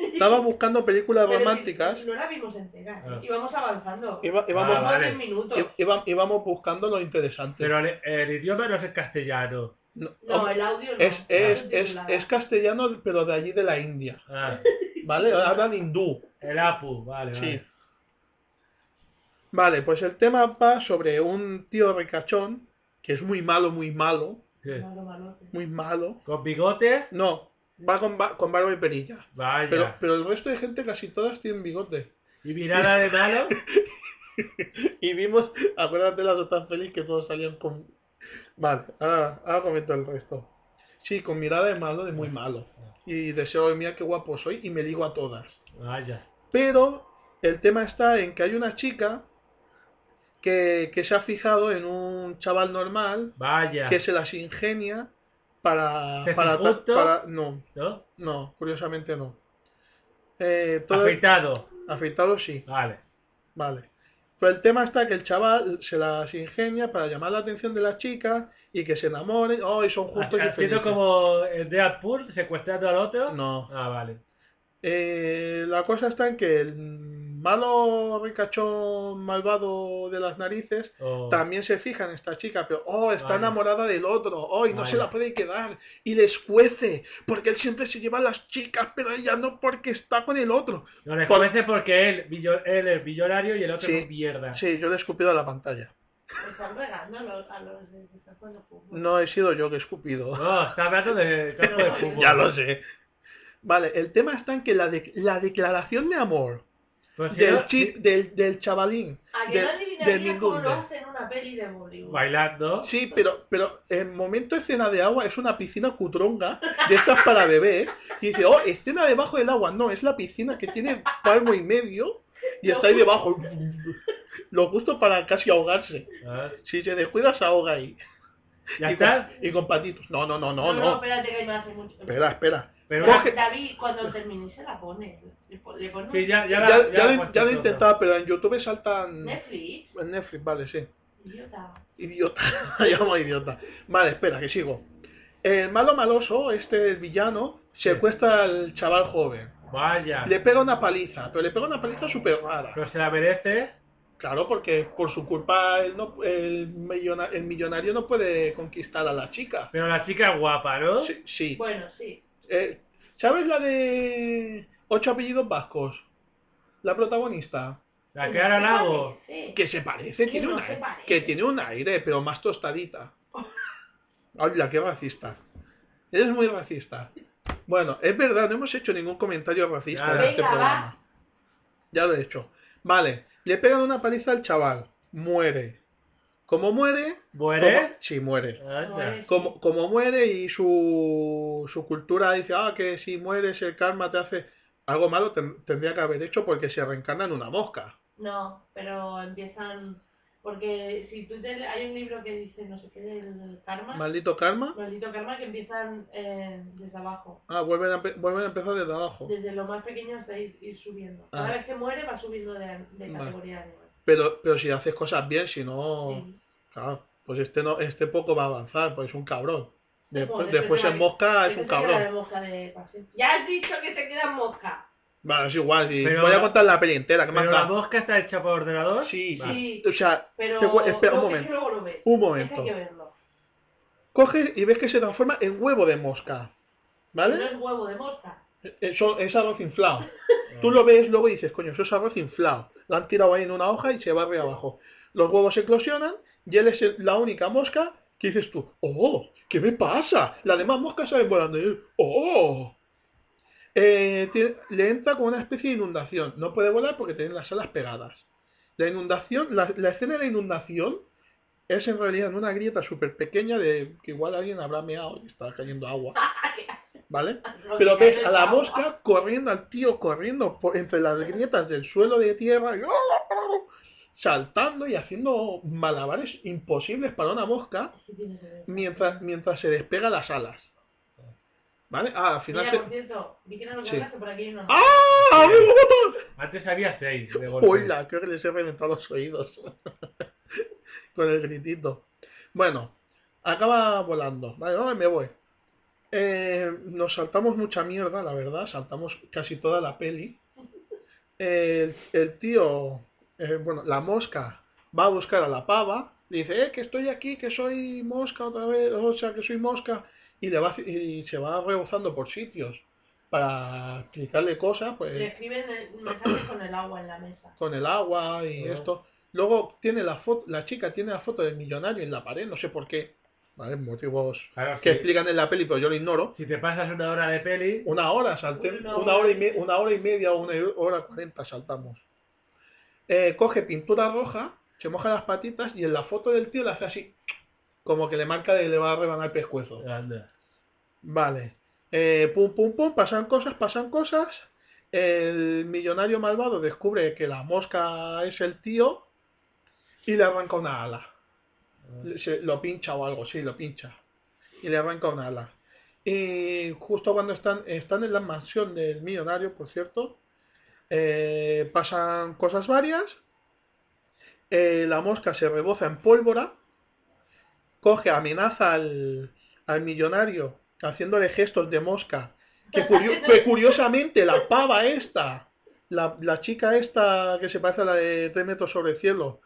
estaba buscando películas Pero románticas. No la vimos entera. Ah. Íbamos avanzando. Iba- Ah, íbamos, Unos vale. 10 minutos. i- iba- íbamos buscando lo interesante. Pero el, el idioma no es el castellano. No, No, el audio no. es, es, No es, subtitulada. es castellano, pero de allí de la India. Ah, ¿Vale? Hablan hindú. el APU, vale. Sí. vale. Vale, pues el tema va sobre un tío ricachón, que es muy malo, muy malo, Sí. Malo, malote. muy malo. Con bigotes, No, va con, ba- con barba y perilla. vaya. Pero, pero el resto de gente casi todas tienen bigote. Y mirada de malo, Y vimos, acuérdate las otras pelis que todos salían con... Vale, ahora, ahora comento el resto. Sí, con mirada de malo, de muy malo. Y deseo de mía qué guapo soy y me ligo a todas. vaya. Pero el tema está en que hay una chica que, que se ha fijado en un chaval normal Vaya. que se las ingenia para... ¿Te para, ta- disgusto? para- no, ¿No? no, curiosamente no. Eh, todo, Afeitado. afeitado sí, Vale. vale. Pero el tema está que el chaval se las ingenia para llamar la atención de las chicas y que se enamoren. Oh, y son Ah, justos y felices. Haciendo como el Deadpool, secuestrando al otro. No. Ah, vale. Eh, la cosa está en que el malo ricachón malvado de las narices O- también se fija en esta chica, pero oh, está Oh. Vaya. enamorada del otro, oh, y no se Vaya. la puede quedar, y les cuece, porque él siempre se lleva a las chicas, pero ella no porque está con el otro. No le por- parece porque él, millo- él es millonario y el otro Sí. es un mierda. Sí, yo le he escupido a la pantalla. Están regando a los, a los de que están jugando fútbol. No he sido yo que he escupido. No, está hablando del campo de fútbol. ya lo sé. Vale, el tema está en que la, de- la declaración de amor Pues si del, no, chi- del, del chavalín, ¿A que del- no del adivinaría cómo Mingunde. lo hacen en una peli de Bollywood? bailando. Sí, pero, pero en momento escena de agua es una piscina cutronga, de estas para bebé, y dice, oh, escena debajo del agua, no, es la piscina que tiene palmo y medio y está ahí debajo. Lo justo para casi ahogarse. Ah, Si se descuida se ahoga ahí. Ya y, con- está. y con patitos. No, no, no, no, no, no. espérate que hay más hace mucho. Espera, espera. Pero Coge- David, cuando termine, se la pone. Le pon- le pone Sí, ya, Ya, ya, la- ya, la lo, hemos ya lo he hecho, intentado, pero en YouTube saltan... Netflix. En Netflix, vale, sí. Idiota. Idiota, la llamo idiota. Vale, espera, que sigo. El malo maloso, este el villano, secuestra al chaval joven. ¿no? Vaya. Le pega una paliza, pero le pega una paliza súper rara. Pero se la merece. Claro, porque por su culpa él no, el, millona- el millonario no puede conquistar a la chica. Pero la chica es guapa, ¿no? Sí. sí. Bueno, sí. Eh, ¿Sabes la de ocho apellidos vascos? La protagonista. La que ahora la hago. Sí. Que se parece, Que tiene no un se aire, parece. que tiene un aire, pero más tostadita. Habla, qué racista. Eres muy racista. Bueno, es verdad, no hemos hecho ningún comentario racista Nada. en este Venga, programa. Ya lo he hecho. Vale, le pegan una paliza al chaval. Muere. Como muere... como- ¿Muere? sí, muere. ¿eh? Anda. Muere. Como, como muere y su, su cultura dice, ah, que si mueres el karma te hace... Algo malo ten- tendría que haber hecho porque se reencarna en una mosca. No, pero empiezan... Porque si tú te... Hay un libro que dice, no sé qué, del karma. Maldito karma. Maldito karma que empiezan eh, desde abajo. Ah, vuelven a, empe- vuelven a empezar desde abajo. Desde lo más pequeño hasta ir, ir subiendo. Ah. Cada vez que muere va subiendo de, de Vale. categoría de animal. Pero, pero si haces cosas bien, si no, Sí. claro, pues este no, este poco va a avanzar, pues es un cabrón. Después, Joder, después pero en hay- mosca es Ese un se queda de cabrón. mosca de pasión. Ya has dicho que se queda en mosca. Vale, es igual, si Pero- voy a contar la peli entera, que me Pero ha la dado. mosca está hecha por ordenador. Sí, Vale. Sí, o sea, pero Te cu- espera, un no, es que momento. luego lo ves. un Ese momento. hay que verlo. Coges y ves que se transforma en huevo de mosca. No ¿Vale? es huevo de mosca. Eso es arroz inflado. Tú lo ves luego y dices, coño, eso es arroz inflado. Lo han tirado ahí en una hoja y se barre abajo. Los huevos eclosionan y él es el- la única mosca que dices tú, oh, ¿qué me pasa? Las demás moscas salen volando y él, oh. Eh, tie- le entra como una especie de inundación. No puede volar porque tiene las alas pegadas. La inundación, la, la escena de la inundación es en realidad en una grieta súper pequeña de que igual alguien habrá meado y está cayendo agua. ¿Vale? Pero ves a la mosca corriendo, al tío corriendo por entre las grietas del suelo de tierra, y saltando y haciendo malabares imposibles para una mosca Sí, Ah, tiene que ver. mientras, mientras se despega las alas. ¿Vale? Ah, al final Mira, te... por cierto, vi que no lo Sí. cargaste, por aquí hay uno. ¡Ah! ¡Amigo botón! Antes había seis de golpe. ¡Hola! Creo que les he reventado los oídos. Con el gritito. Bueno, acaba volando. Vale, no, me voy. Eh, nos saltamos mucha mierda, la verdad. Saltamos casi toda la peli. El, el tío, eh, bueno, la mosca va a buscar a la pava. Dice, eh, que estoy aquí, que soy mosca otra vez. O sea, que soy mosca. Y, le va, y se va rebozando por sitios para explicarle cosas. Pues, Le escriben el- mensajes con el agua en la mesa. con el agua y Ajá. esto. Luego tiene la foto, la chica tiene la foto del millonario en la pared, no sé por qué. ¿Vale? Motivos Claro, que si, explican en la peli, pero yo lo ignoro. si te pasas una hora de peli, Una hora, salté, una, Una hora. hora y me- una hora y media o una e-, hora cuarenta saltamos. Eh, coge pintura roja, se moja las patitas y en la foto del tío le hace así, como que le marca de le va a rebanar el pescuezo. anda. Vale. Eh, pum, pum, pum, pasan cosas, pasan cosas. El millonario malvado descubre que la mosca es el tío y le arranca una ala. Le- se- lo pincha o algo, sí, lo pincha. Y le arranca una ala. Y justo cuando están, están en la mansión del millonario, por cierto, eh, pasan cosas varias. Eh, la mosca se reboza en pólvora, coge, amenaza al, al millonario haciéndole gestos de mosca. Que, curio- que curiosamente la pava esta, la, la chica esta que se parece a la de 3 metros sobre el cielo.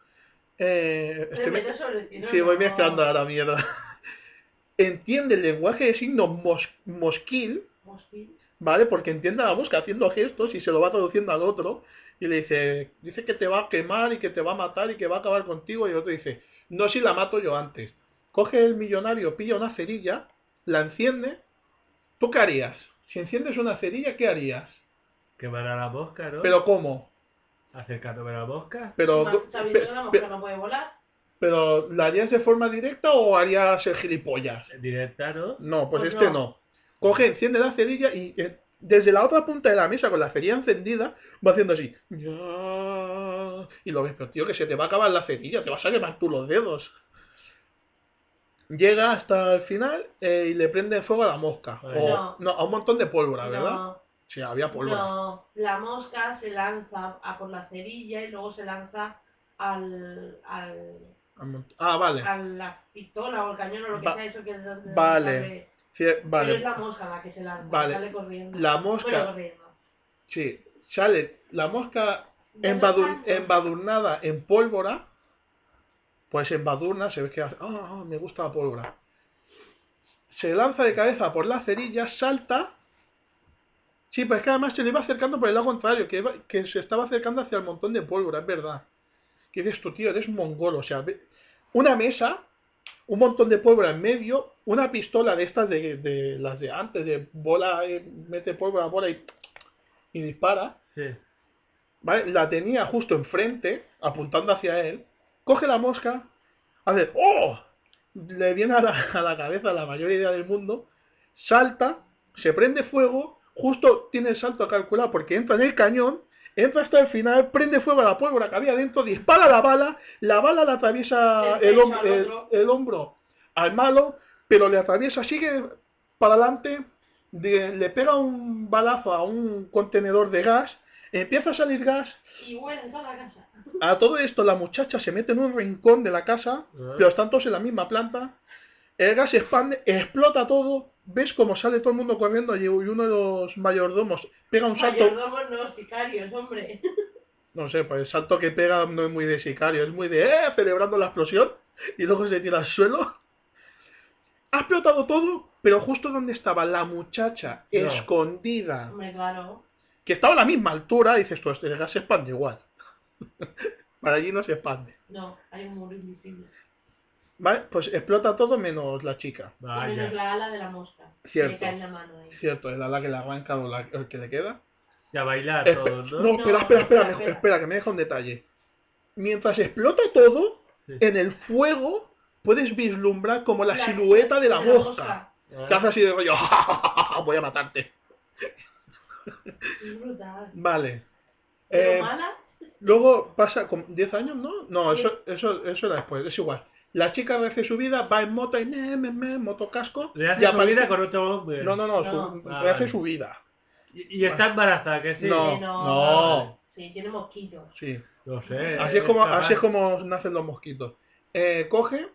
Eh, Tres estoy me- metros sobre el cielo, Sí, voy no. mezclando a la mierda. Entiende el lenguaje de signos mos- mosquil, Hostil. ¿vale? Porque entiende a la mosca haciendo gestos y se lo va traduciendo al otro. Y le dice, dice que te va a quemar y que te va a matar y que va a acabar contigo. Y el otro dice, no si la mato yo antes. Coge el millonario, pilla una cerilla, la enciende. ¿Tú qué harías? Si enciendes una cerilla, ¿qué harías? Quemar a la mosca, ¿no? ¿Pero cómo? Acercándome a la mosca. ¿Pero, Más Sabiendo que la pe- mujer no puede volar. pero la harías de forma directa o harías el gilipollas? Directa, ¿no? No, pues Pues este no. no. Coge, enciende la cerilla y eh, desde la otra punta de la mesa con la cerilla encendida va haciendo así. Ya. Y lo ves, pero tío, que se te va a acabar la cerilla, te vas a quemar tú los dedos. Llega hasta el final eh, y le prende fuego a la mosca. Vale. O- No. no. a un montón de pólvora, No, ¿verdad? Sí, había pólvora. no. La mosca se lanza a por la cerilla y luego se lanza al, al, A un mont- Ah, vale. a la pistola o el cañón o lo que Va- sea eso que es donde- vale, donde- Sí, Pero vale. es la mosca la que se lanza, Vale. sale corriendo. La mosca- Bueno, corriendo. Sí, sale la mosca Bueno, embadu- tanto. embadurnada en pólvora, pues embadurna, se ve que hace, ah, ah, me gusta la pólvora. Se lanza de cabeza por la cerilla, salta. Sí, pues que además se le iba acercando por el lado contrario, que, iba- que se estaba acercando hacia el montón de pólvora, es verdad. Que dices tú, tío, eres mongolo, o sea, ve- una mesa, un montón de pólvora en medio, una pistola de estas de, de las de antes, de bola, eh, mete pólvora, bola y, y dispara. Sí. ¿vale? La tenía justo enfrente, apuntando hacia él, coge la mosca, hace ¡Oh! Le viene a la, a la cabeza la mayor idea del mundo, salta, se prende fuego, justo tiene el salto calculado porque entra en el cañón, entra hasta el final, prende fuego a la pólvora que había dentro, dispara la bala, la bala le atraviesa El el, hom- pecho al otro. el- el hombro al malo, pero le atraviesa, sigue para adelante, de- le pega un balazo a un contenedor de gas, empieza a salir gas, Y huele en toda la casa. a todo esto, la muchacha se mete en un rincón de la casa, Ah. pero están todos en la misma planta. El gas se expande, explota todo. Ves cómo sale todo el mundo corriendo y y uno de los mayordomos pega un salto. Mayordomos no, sicarios, hombre. No sé, pues el salto que pega no es muy de sicario, es muy de ¡eh! celebrando la explosión y luego se tira al suelo. Ha explotado todo, pero justo donde estaba la muchacha No. escondida, Hombre, claro. que estaba a la misma altura, dices tú, el gas se expande igual. Para allí no se expande. No, hay un muro invisible. Vale, pues explota todo menos la chica. Al menos Vaya. la ala de la mosca. Que le Ah, Cierto. cae en la mano ahí. Cierto, el ala que le arranca o la, el que le queda. Ya bailar Espe- todos, no, ¿no? espera, espera, espera, espera, me- espera. espera, que me deja un detalle. Mientras explota todo, Sí. en el fuego puedes vislumbrar como la, silueta de la mosca. Ah. Que hace así de rollo, voy a matarte. Es brutal. Vale. Pero Eh, mala, Luego pasa como 10 años, ¿no? No, Sí. eso, eso, eso era después, es igual. La chica recién subida va en em, moto y me, me, me, motocasco. Le hace y su aparece- vida con otro hombre. No, no, no, No. su- Ah, rehace vale. su vida. Y, y está embarazada, que sí. No. Eh, no. Sí, tiene mosquitos. Sí. No sé. Así es como, capaz. así es como nacen los mosquitos. Eh, coge,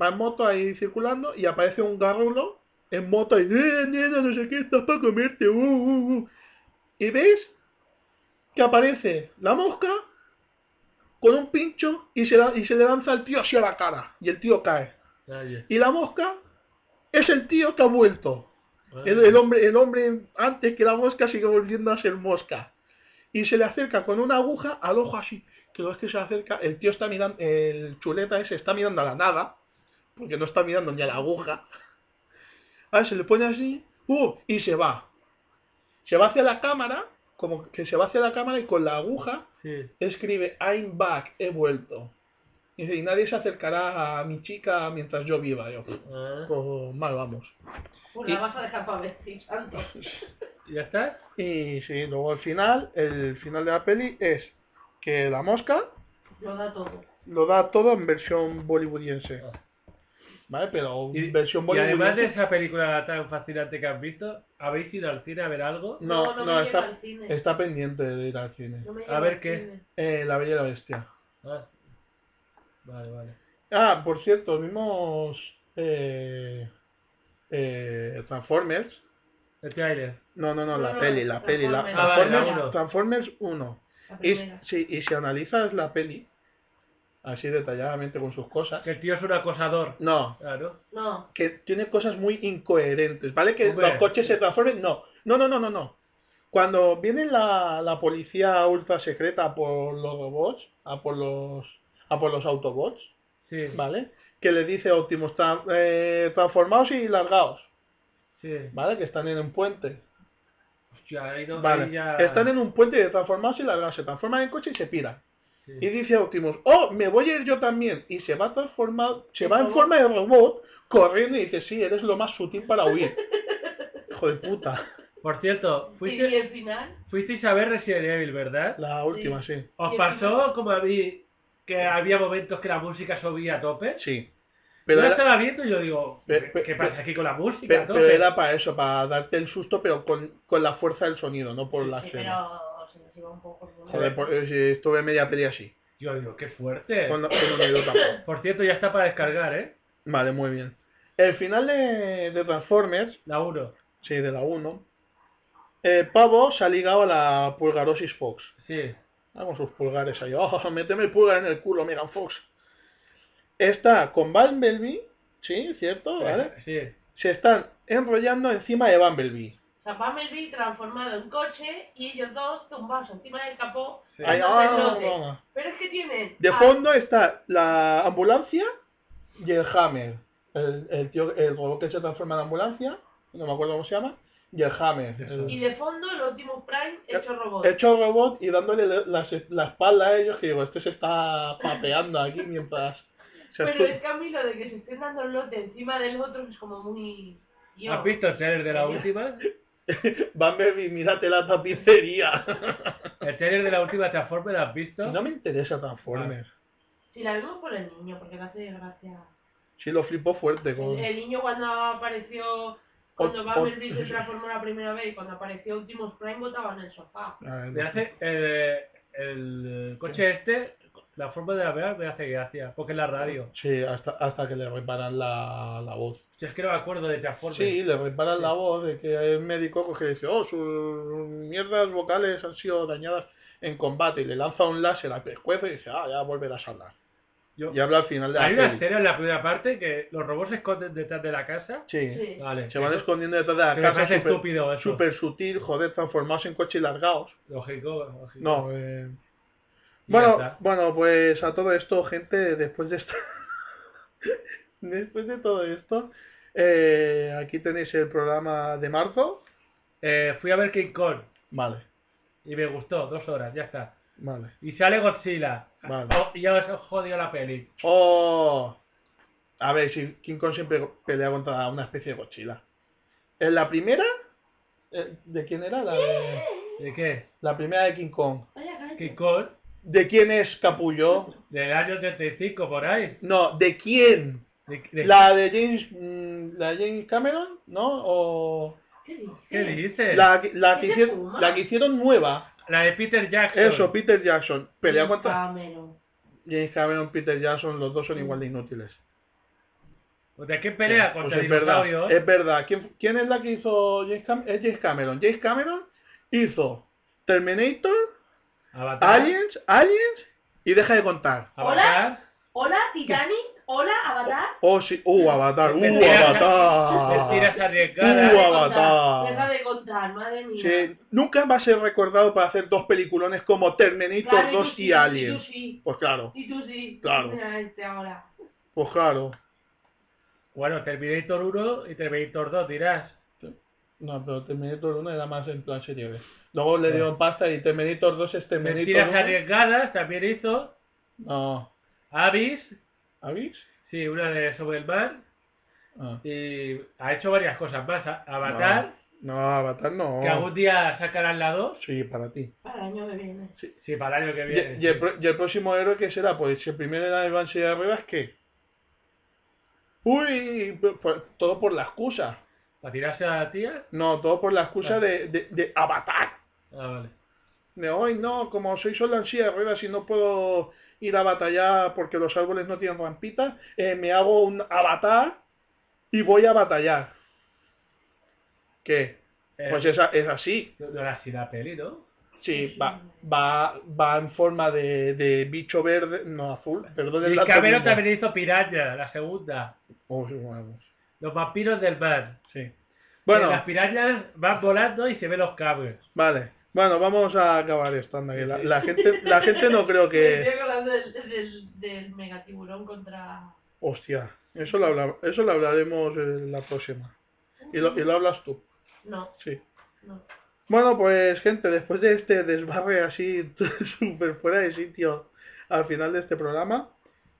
va en moto ahí circulando y aparece un garrulo en moto y eh, nena, no sé qué, estás para comerte, uh, uh, uh". Y ves que aparece la mosca con un pincho y se, la- y se le lanza al tío hacia la cara y el tío cae. Ay, Y la mosca es el tío que ha vuelto. madre. El, el hombre, el hombre antes que la mosca sigue volviendo a ser mosca. Y se le acerca con una aguja al ojo así. Que lo es que se le acerca, el tío está mirando, el chuleta ese está mirando a la nada, porque no está mirando ni a la aguja. A ver, se le pone así, ¡uh! y se va. Se va hacia la cámara, como que se va hacia la cámara y con la aguja Sí. escribe I'm back, he vuelto. Y dice, y nadie se acercará a mi chica mientras yo viva. Yo, Ah, pues mal vamos. Pues Y- la vas a dejar para vestir, santo. ¿Ya está? Y sí, luego el final, el final de la peli es que la mosca Lo da todo. lo da todo en versión bollywoodiense. Ah. ¿Vale? Pero Y- versión Y además de bollywoodiense... esa película tan fascinante que has visto, ¿habéis ido al cine a ver algo? No, no, no, me lleva está, al cine. está pendiente de ir al cine. No me A lleva ver al qué. cine. Eh, la Bella y la Bestia. Ah. Vale, vale. Ah, por cierto, vimos eh, eh, Transformers. El trailer. No, no, no, No, la no, peli, la peli, la Transformers. Ah, vale, la Transformers, Transformers uno. 1. La Y, primera. sí, y si analizas la peli, así detalladamente con sus cosas, Que el tío es un acosador. no, Claro. No, que tiene cosas muy incoherentes, ¿vale? Que Hombre. los coches se transformen, no, no, no, no, no, no. Cuando viene la, la policía ultra secreta por los robots, a por los, a por los autobots, Sí. ¿vale? Que le dice a Optimus, "Tran- eh, transformaos y largaos, Sí. ¿vale? Que están en un puente. Hostia, ahí no Vale. ahí ya... Están en un puente de transformarse y largaos, se transforman en coche y se piran. Sí. Y dice Optimus, oh, me voy a ir yo también. Y se va transformado, se ¿En va en robot? forma de robot, corriendo y dice, sí, eres lo más sutil para huir. Hijo de puta. Por cierto, y fuiste, el final, fuisteis a ver Resident Evil, ¿verdad? La última, sí. ¿Os Sí, pasó como a mí que había momentos que la música subía a tope? Sí. Pero Pero yo era, estaba viendo y yo digo, Pe- ¿qué- pe- ¿qué pasa pe- aquí con la música? pero, a pero tope? era para eso, para darte el susto, pero con, con la fuerza del sonido, no por la sí, escena. eh, pero se nos iba un poco. ¿no? Ah, Joder, por- eh, sí, estuve media peli así. Yo digo, qué fuerte. Con, con un oído tapado. Por cierto, ya está para descargar, ¿eh? Vale, muy bien. El final de, de Transformers, La 1. sí, de la 1, eh, Pavo se ha ligado a la Pulgarosis Fox. Sí. Ah, con sus pulgares ahí. ¡Oh, méteme el pulgar en el culo, Megan Fox! Está con Bumblebee, sí, cierto, Ah, ¿vale? Sí. Se están enrollando encima de Bumblebee. O sea, Bumblebee transformado en coche y ellos dos tumbados encima del capó. Sí. Ahí, No, ah, no, no, no. broma. Pero es que tienen... De a- fondo está la ambulancia y el Hammer. El, el tío, el robot que se transforma en ambulancia, no me acuerdo cómo se llama, y el Hammer. el- Y de fondo el Optimus Prime hecho robot. hecho robot y dándole le- las- la espalda a ellos, que digo, este se está papeando aquí mientras... se Pero estu- es que a mí lo de que se estén dando el lote encima del otro es como muy... yo. ¿Has visto el trailer de la última? Bumblebee, mírate la tapicería. El trailer de la última Transformer, ¿has visto? No me interesa Transformers. Ah. Si la vemos por el niño, porque le hace gracia. Sí, lo flipo fuerte con... El, el niño cuando apareció... Cuando Ot- Bumblebee ot- se transformó la primera vez y cuando apareció Optimus Prime botaba en el sofá. A ver, Me hace el, el coche este, la forma de hablar me hace gracia, porque es la radio. Sí, hasta, hasta que le reparan la, la voz. Yo es que no me acuerdo de Transformers. Sí, le reparan Sí. la voz de que el médico coge y dice, oh, sus mierdas vocales han sido dañadas en combate y le lanza un láser al pescuezo y dice, ah, ya volverás a hablar. Yo- Y habla al final de la Hay una peli. escena en la primera parte que los robots se esconden detrás de la casa. Sí. Sí. Vale. Se van escondiendo detrás de la Que me casa, parece súper estúpido eso. súper sutil, joder, transformados en coche y largados. Lógico, lógico. No, eh, Y Bueno, ya está. bueno, pues a todo esto, gente, después de esto, después de todo esto, eh, aquí tenéis el programa de marzo. Eh, fui a ver King Kong Vale, y me gustó, dos horas, ya está. vale. Y sale Godzilla. Vale. Oh, y ya os he jodido la peli. Oh, a ver, si King Kong siempre pelea contra una especie de Godzilla. En la primera, eh, ¿de quién era? La, de- ¿De qué? la primera de King Kong. Vaya, cállate. King Kong. ¿De quién es Capullo? Del año 35, por ahí. No, ¿de quién? De- de- ¿La de James, mm, la de James Cameron? ¿No? ¿O ¿Qué dices? ¿Qué dices? La... la, que- la que Esa es hicieron, Puma. la que hicieron nueva? de Peter Jackson. Eso, Peter Jackson. Pelea contra Ah. Cameron. James Cameron, Peter Jackson, los dos son igual de inútiles. ¿De qué pelea? Pues contra es verdad, dinosaurios. es verdad. ¿Quién, quién es la que hizo James Cameron? Es James Cameron. James Cameron hizo Terminator, Avatar. Aliens, Aliens y deja de contar. Avatar. Hola, Titanic. Hola, Avatar. Oh, sí. Uh, Avatar. Uh, Mentiras- Mentiras Avatar. arriesgadas. Uh, Avatar. Deja de contar, madre mía. Sí, nunca va a ser recordado para hacer dos peliculones como Terminator Claro, 2 tú sí, y Aliens. tú sí, Pues claro, Y tú sí. Claro. Mira este ahora. pues claro. Bueno, Terminator 1 y Terminator 2 dirás. No, pero Terminator 1 era más en plan serie B. Luego le Claro. dieron pasta y Terminator 2 es Terminator Mentiras 1. arriesgadas también hizo. No, Avis, ¿habéis? sí, una de sobre el mar. Ah. Y ha hecho varias cosas más. A- Avatar, No, Avatar no. que algún día sacarán la 2. Sí, para ti. Para el año que viene. Sí, para el año que Y, viene. y el, pro- y el próximo héroe que será, pues si el primero era Iván Silla Rivas, ¿qué? Uy, p- p- todo por la excusa. ¿Para tirarse a la tía? No, todo por la excusa Ah. de, de- de Avatar. Ah, vale. De hoy no, como soy solo en silla de ruedas y no puedo ir a batallar porque los árboles no tienen rampitas, eh, me hago un avatar y voy a batallar. ¿Qué? Eh, Pues esa- es así. no, no era así la peli, ¿no? Sí, va, va, va en forma de, de bicho verde, no azul, perdón. el Y dato Cameron mismo. también hizo Piraña, la segunda. Oh, sí, bueno, Los vampiros del mar. sí. Eh, Bueno, Las pirañas van volando y se ven los cables. vale. Bueno, vamos a acabar esto, anda, que la, la gente, la gente no creo que... Estoy hablando del, del, del megatiburón contra... Hostia, eso lo, habla- eso lo hablaremos en la próxima. Y lo, y lo hablas tú, No, sí. no. Bueno, pues gente, después de este desbarre así súper fuera de sitio al final de este programa,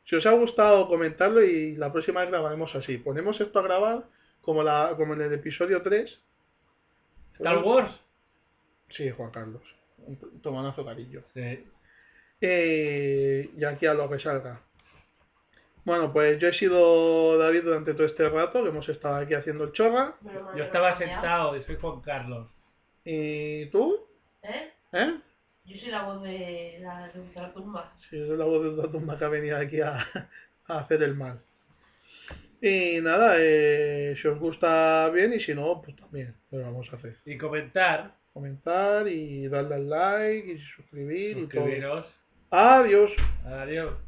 si os ha gustado comentarlo y la próxima vez grabaremos así. Ponemos esto a grabar como, la, como en el episodio 3. Star Wars. Sí, Juan Carlos. Un- Tomando azucarillo. Sí. Eh, y aquí a lo que salga. Bueno, pues yo he sido David durante todo este rato que hemos estado aquí haciendo el chorra. Pero me Yo lo estaba he cambiado. sentado y soy Juan Carlos. ¿Y tú? ¿Eh? ¿Eh? Yo soy la voz de la de Ultratumba. Sí, es la voz de una tumba que ha venido aquí a, a hacer el mal. Y nada, eh, si os gusta bien y si no, pues también lo vamos a hacer. Y comentar, Comentar y darle al like y suscribir y todo. suscribiros. Adiós. Adiós.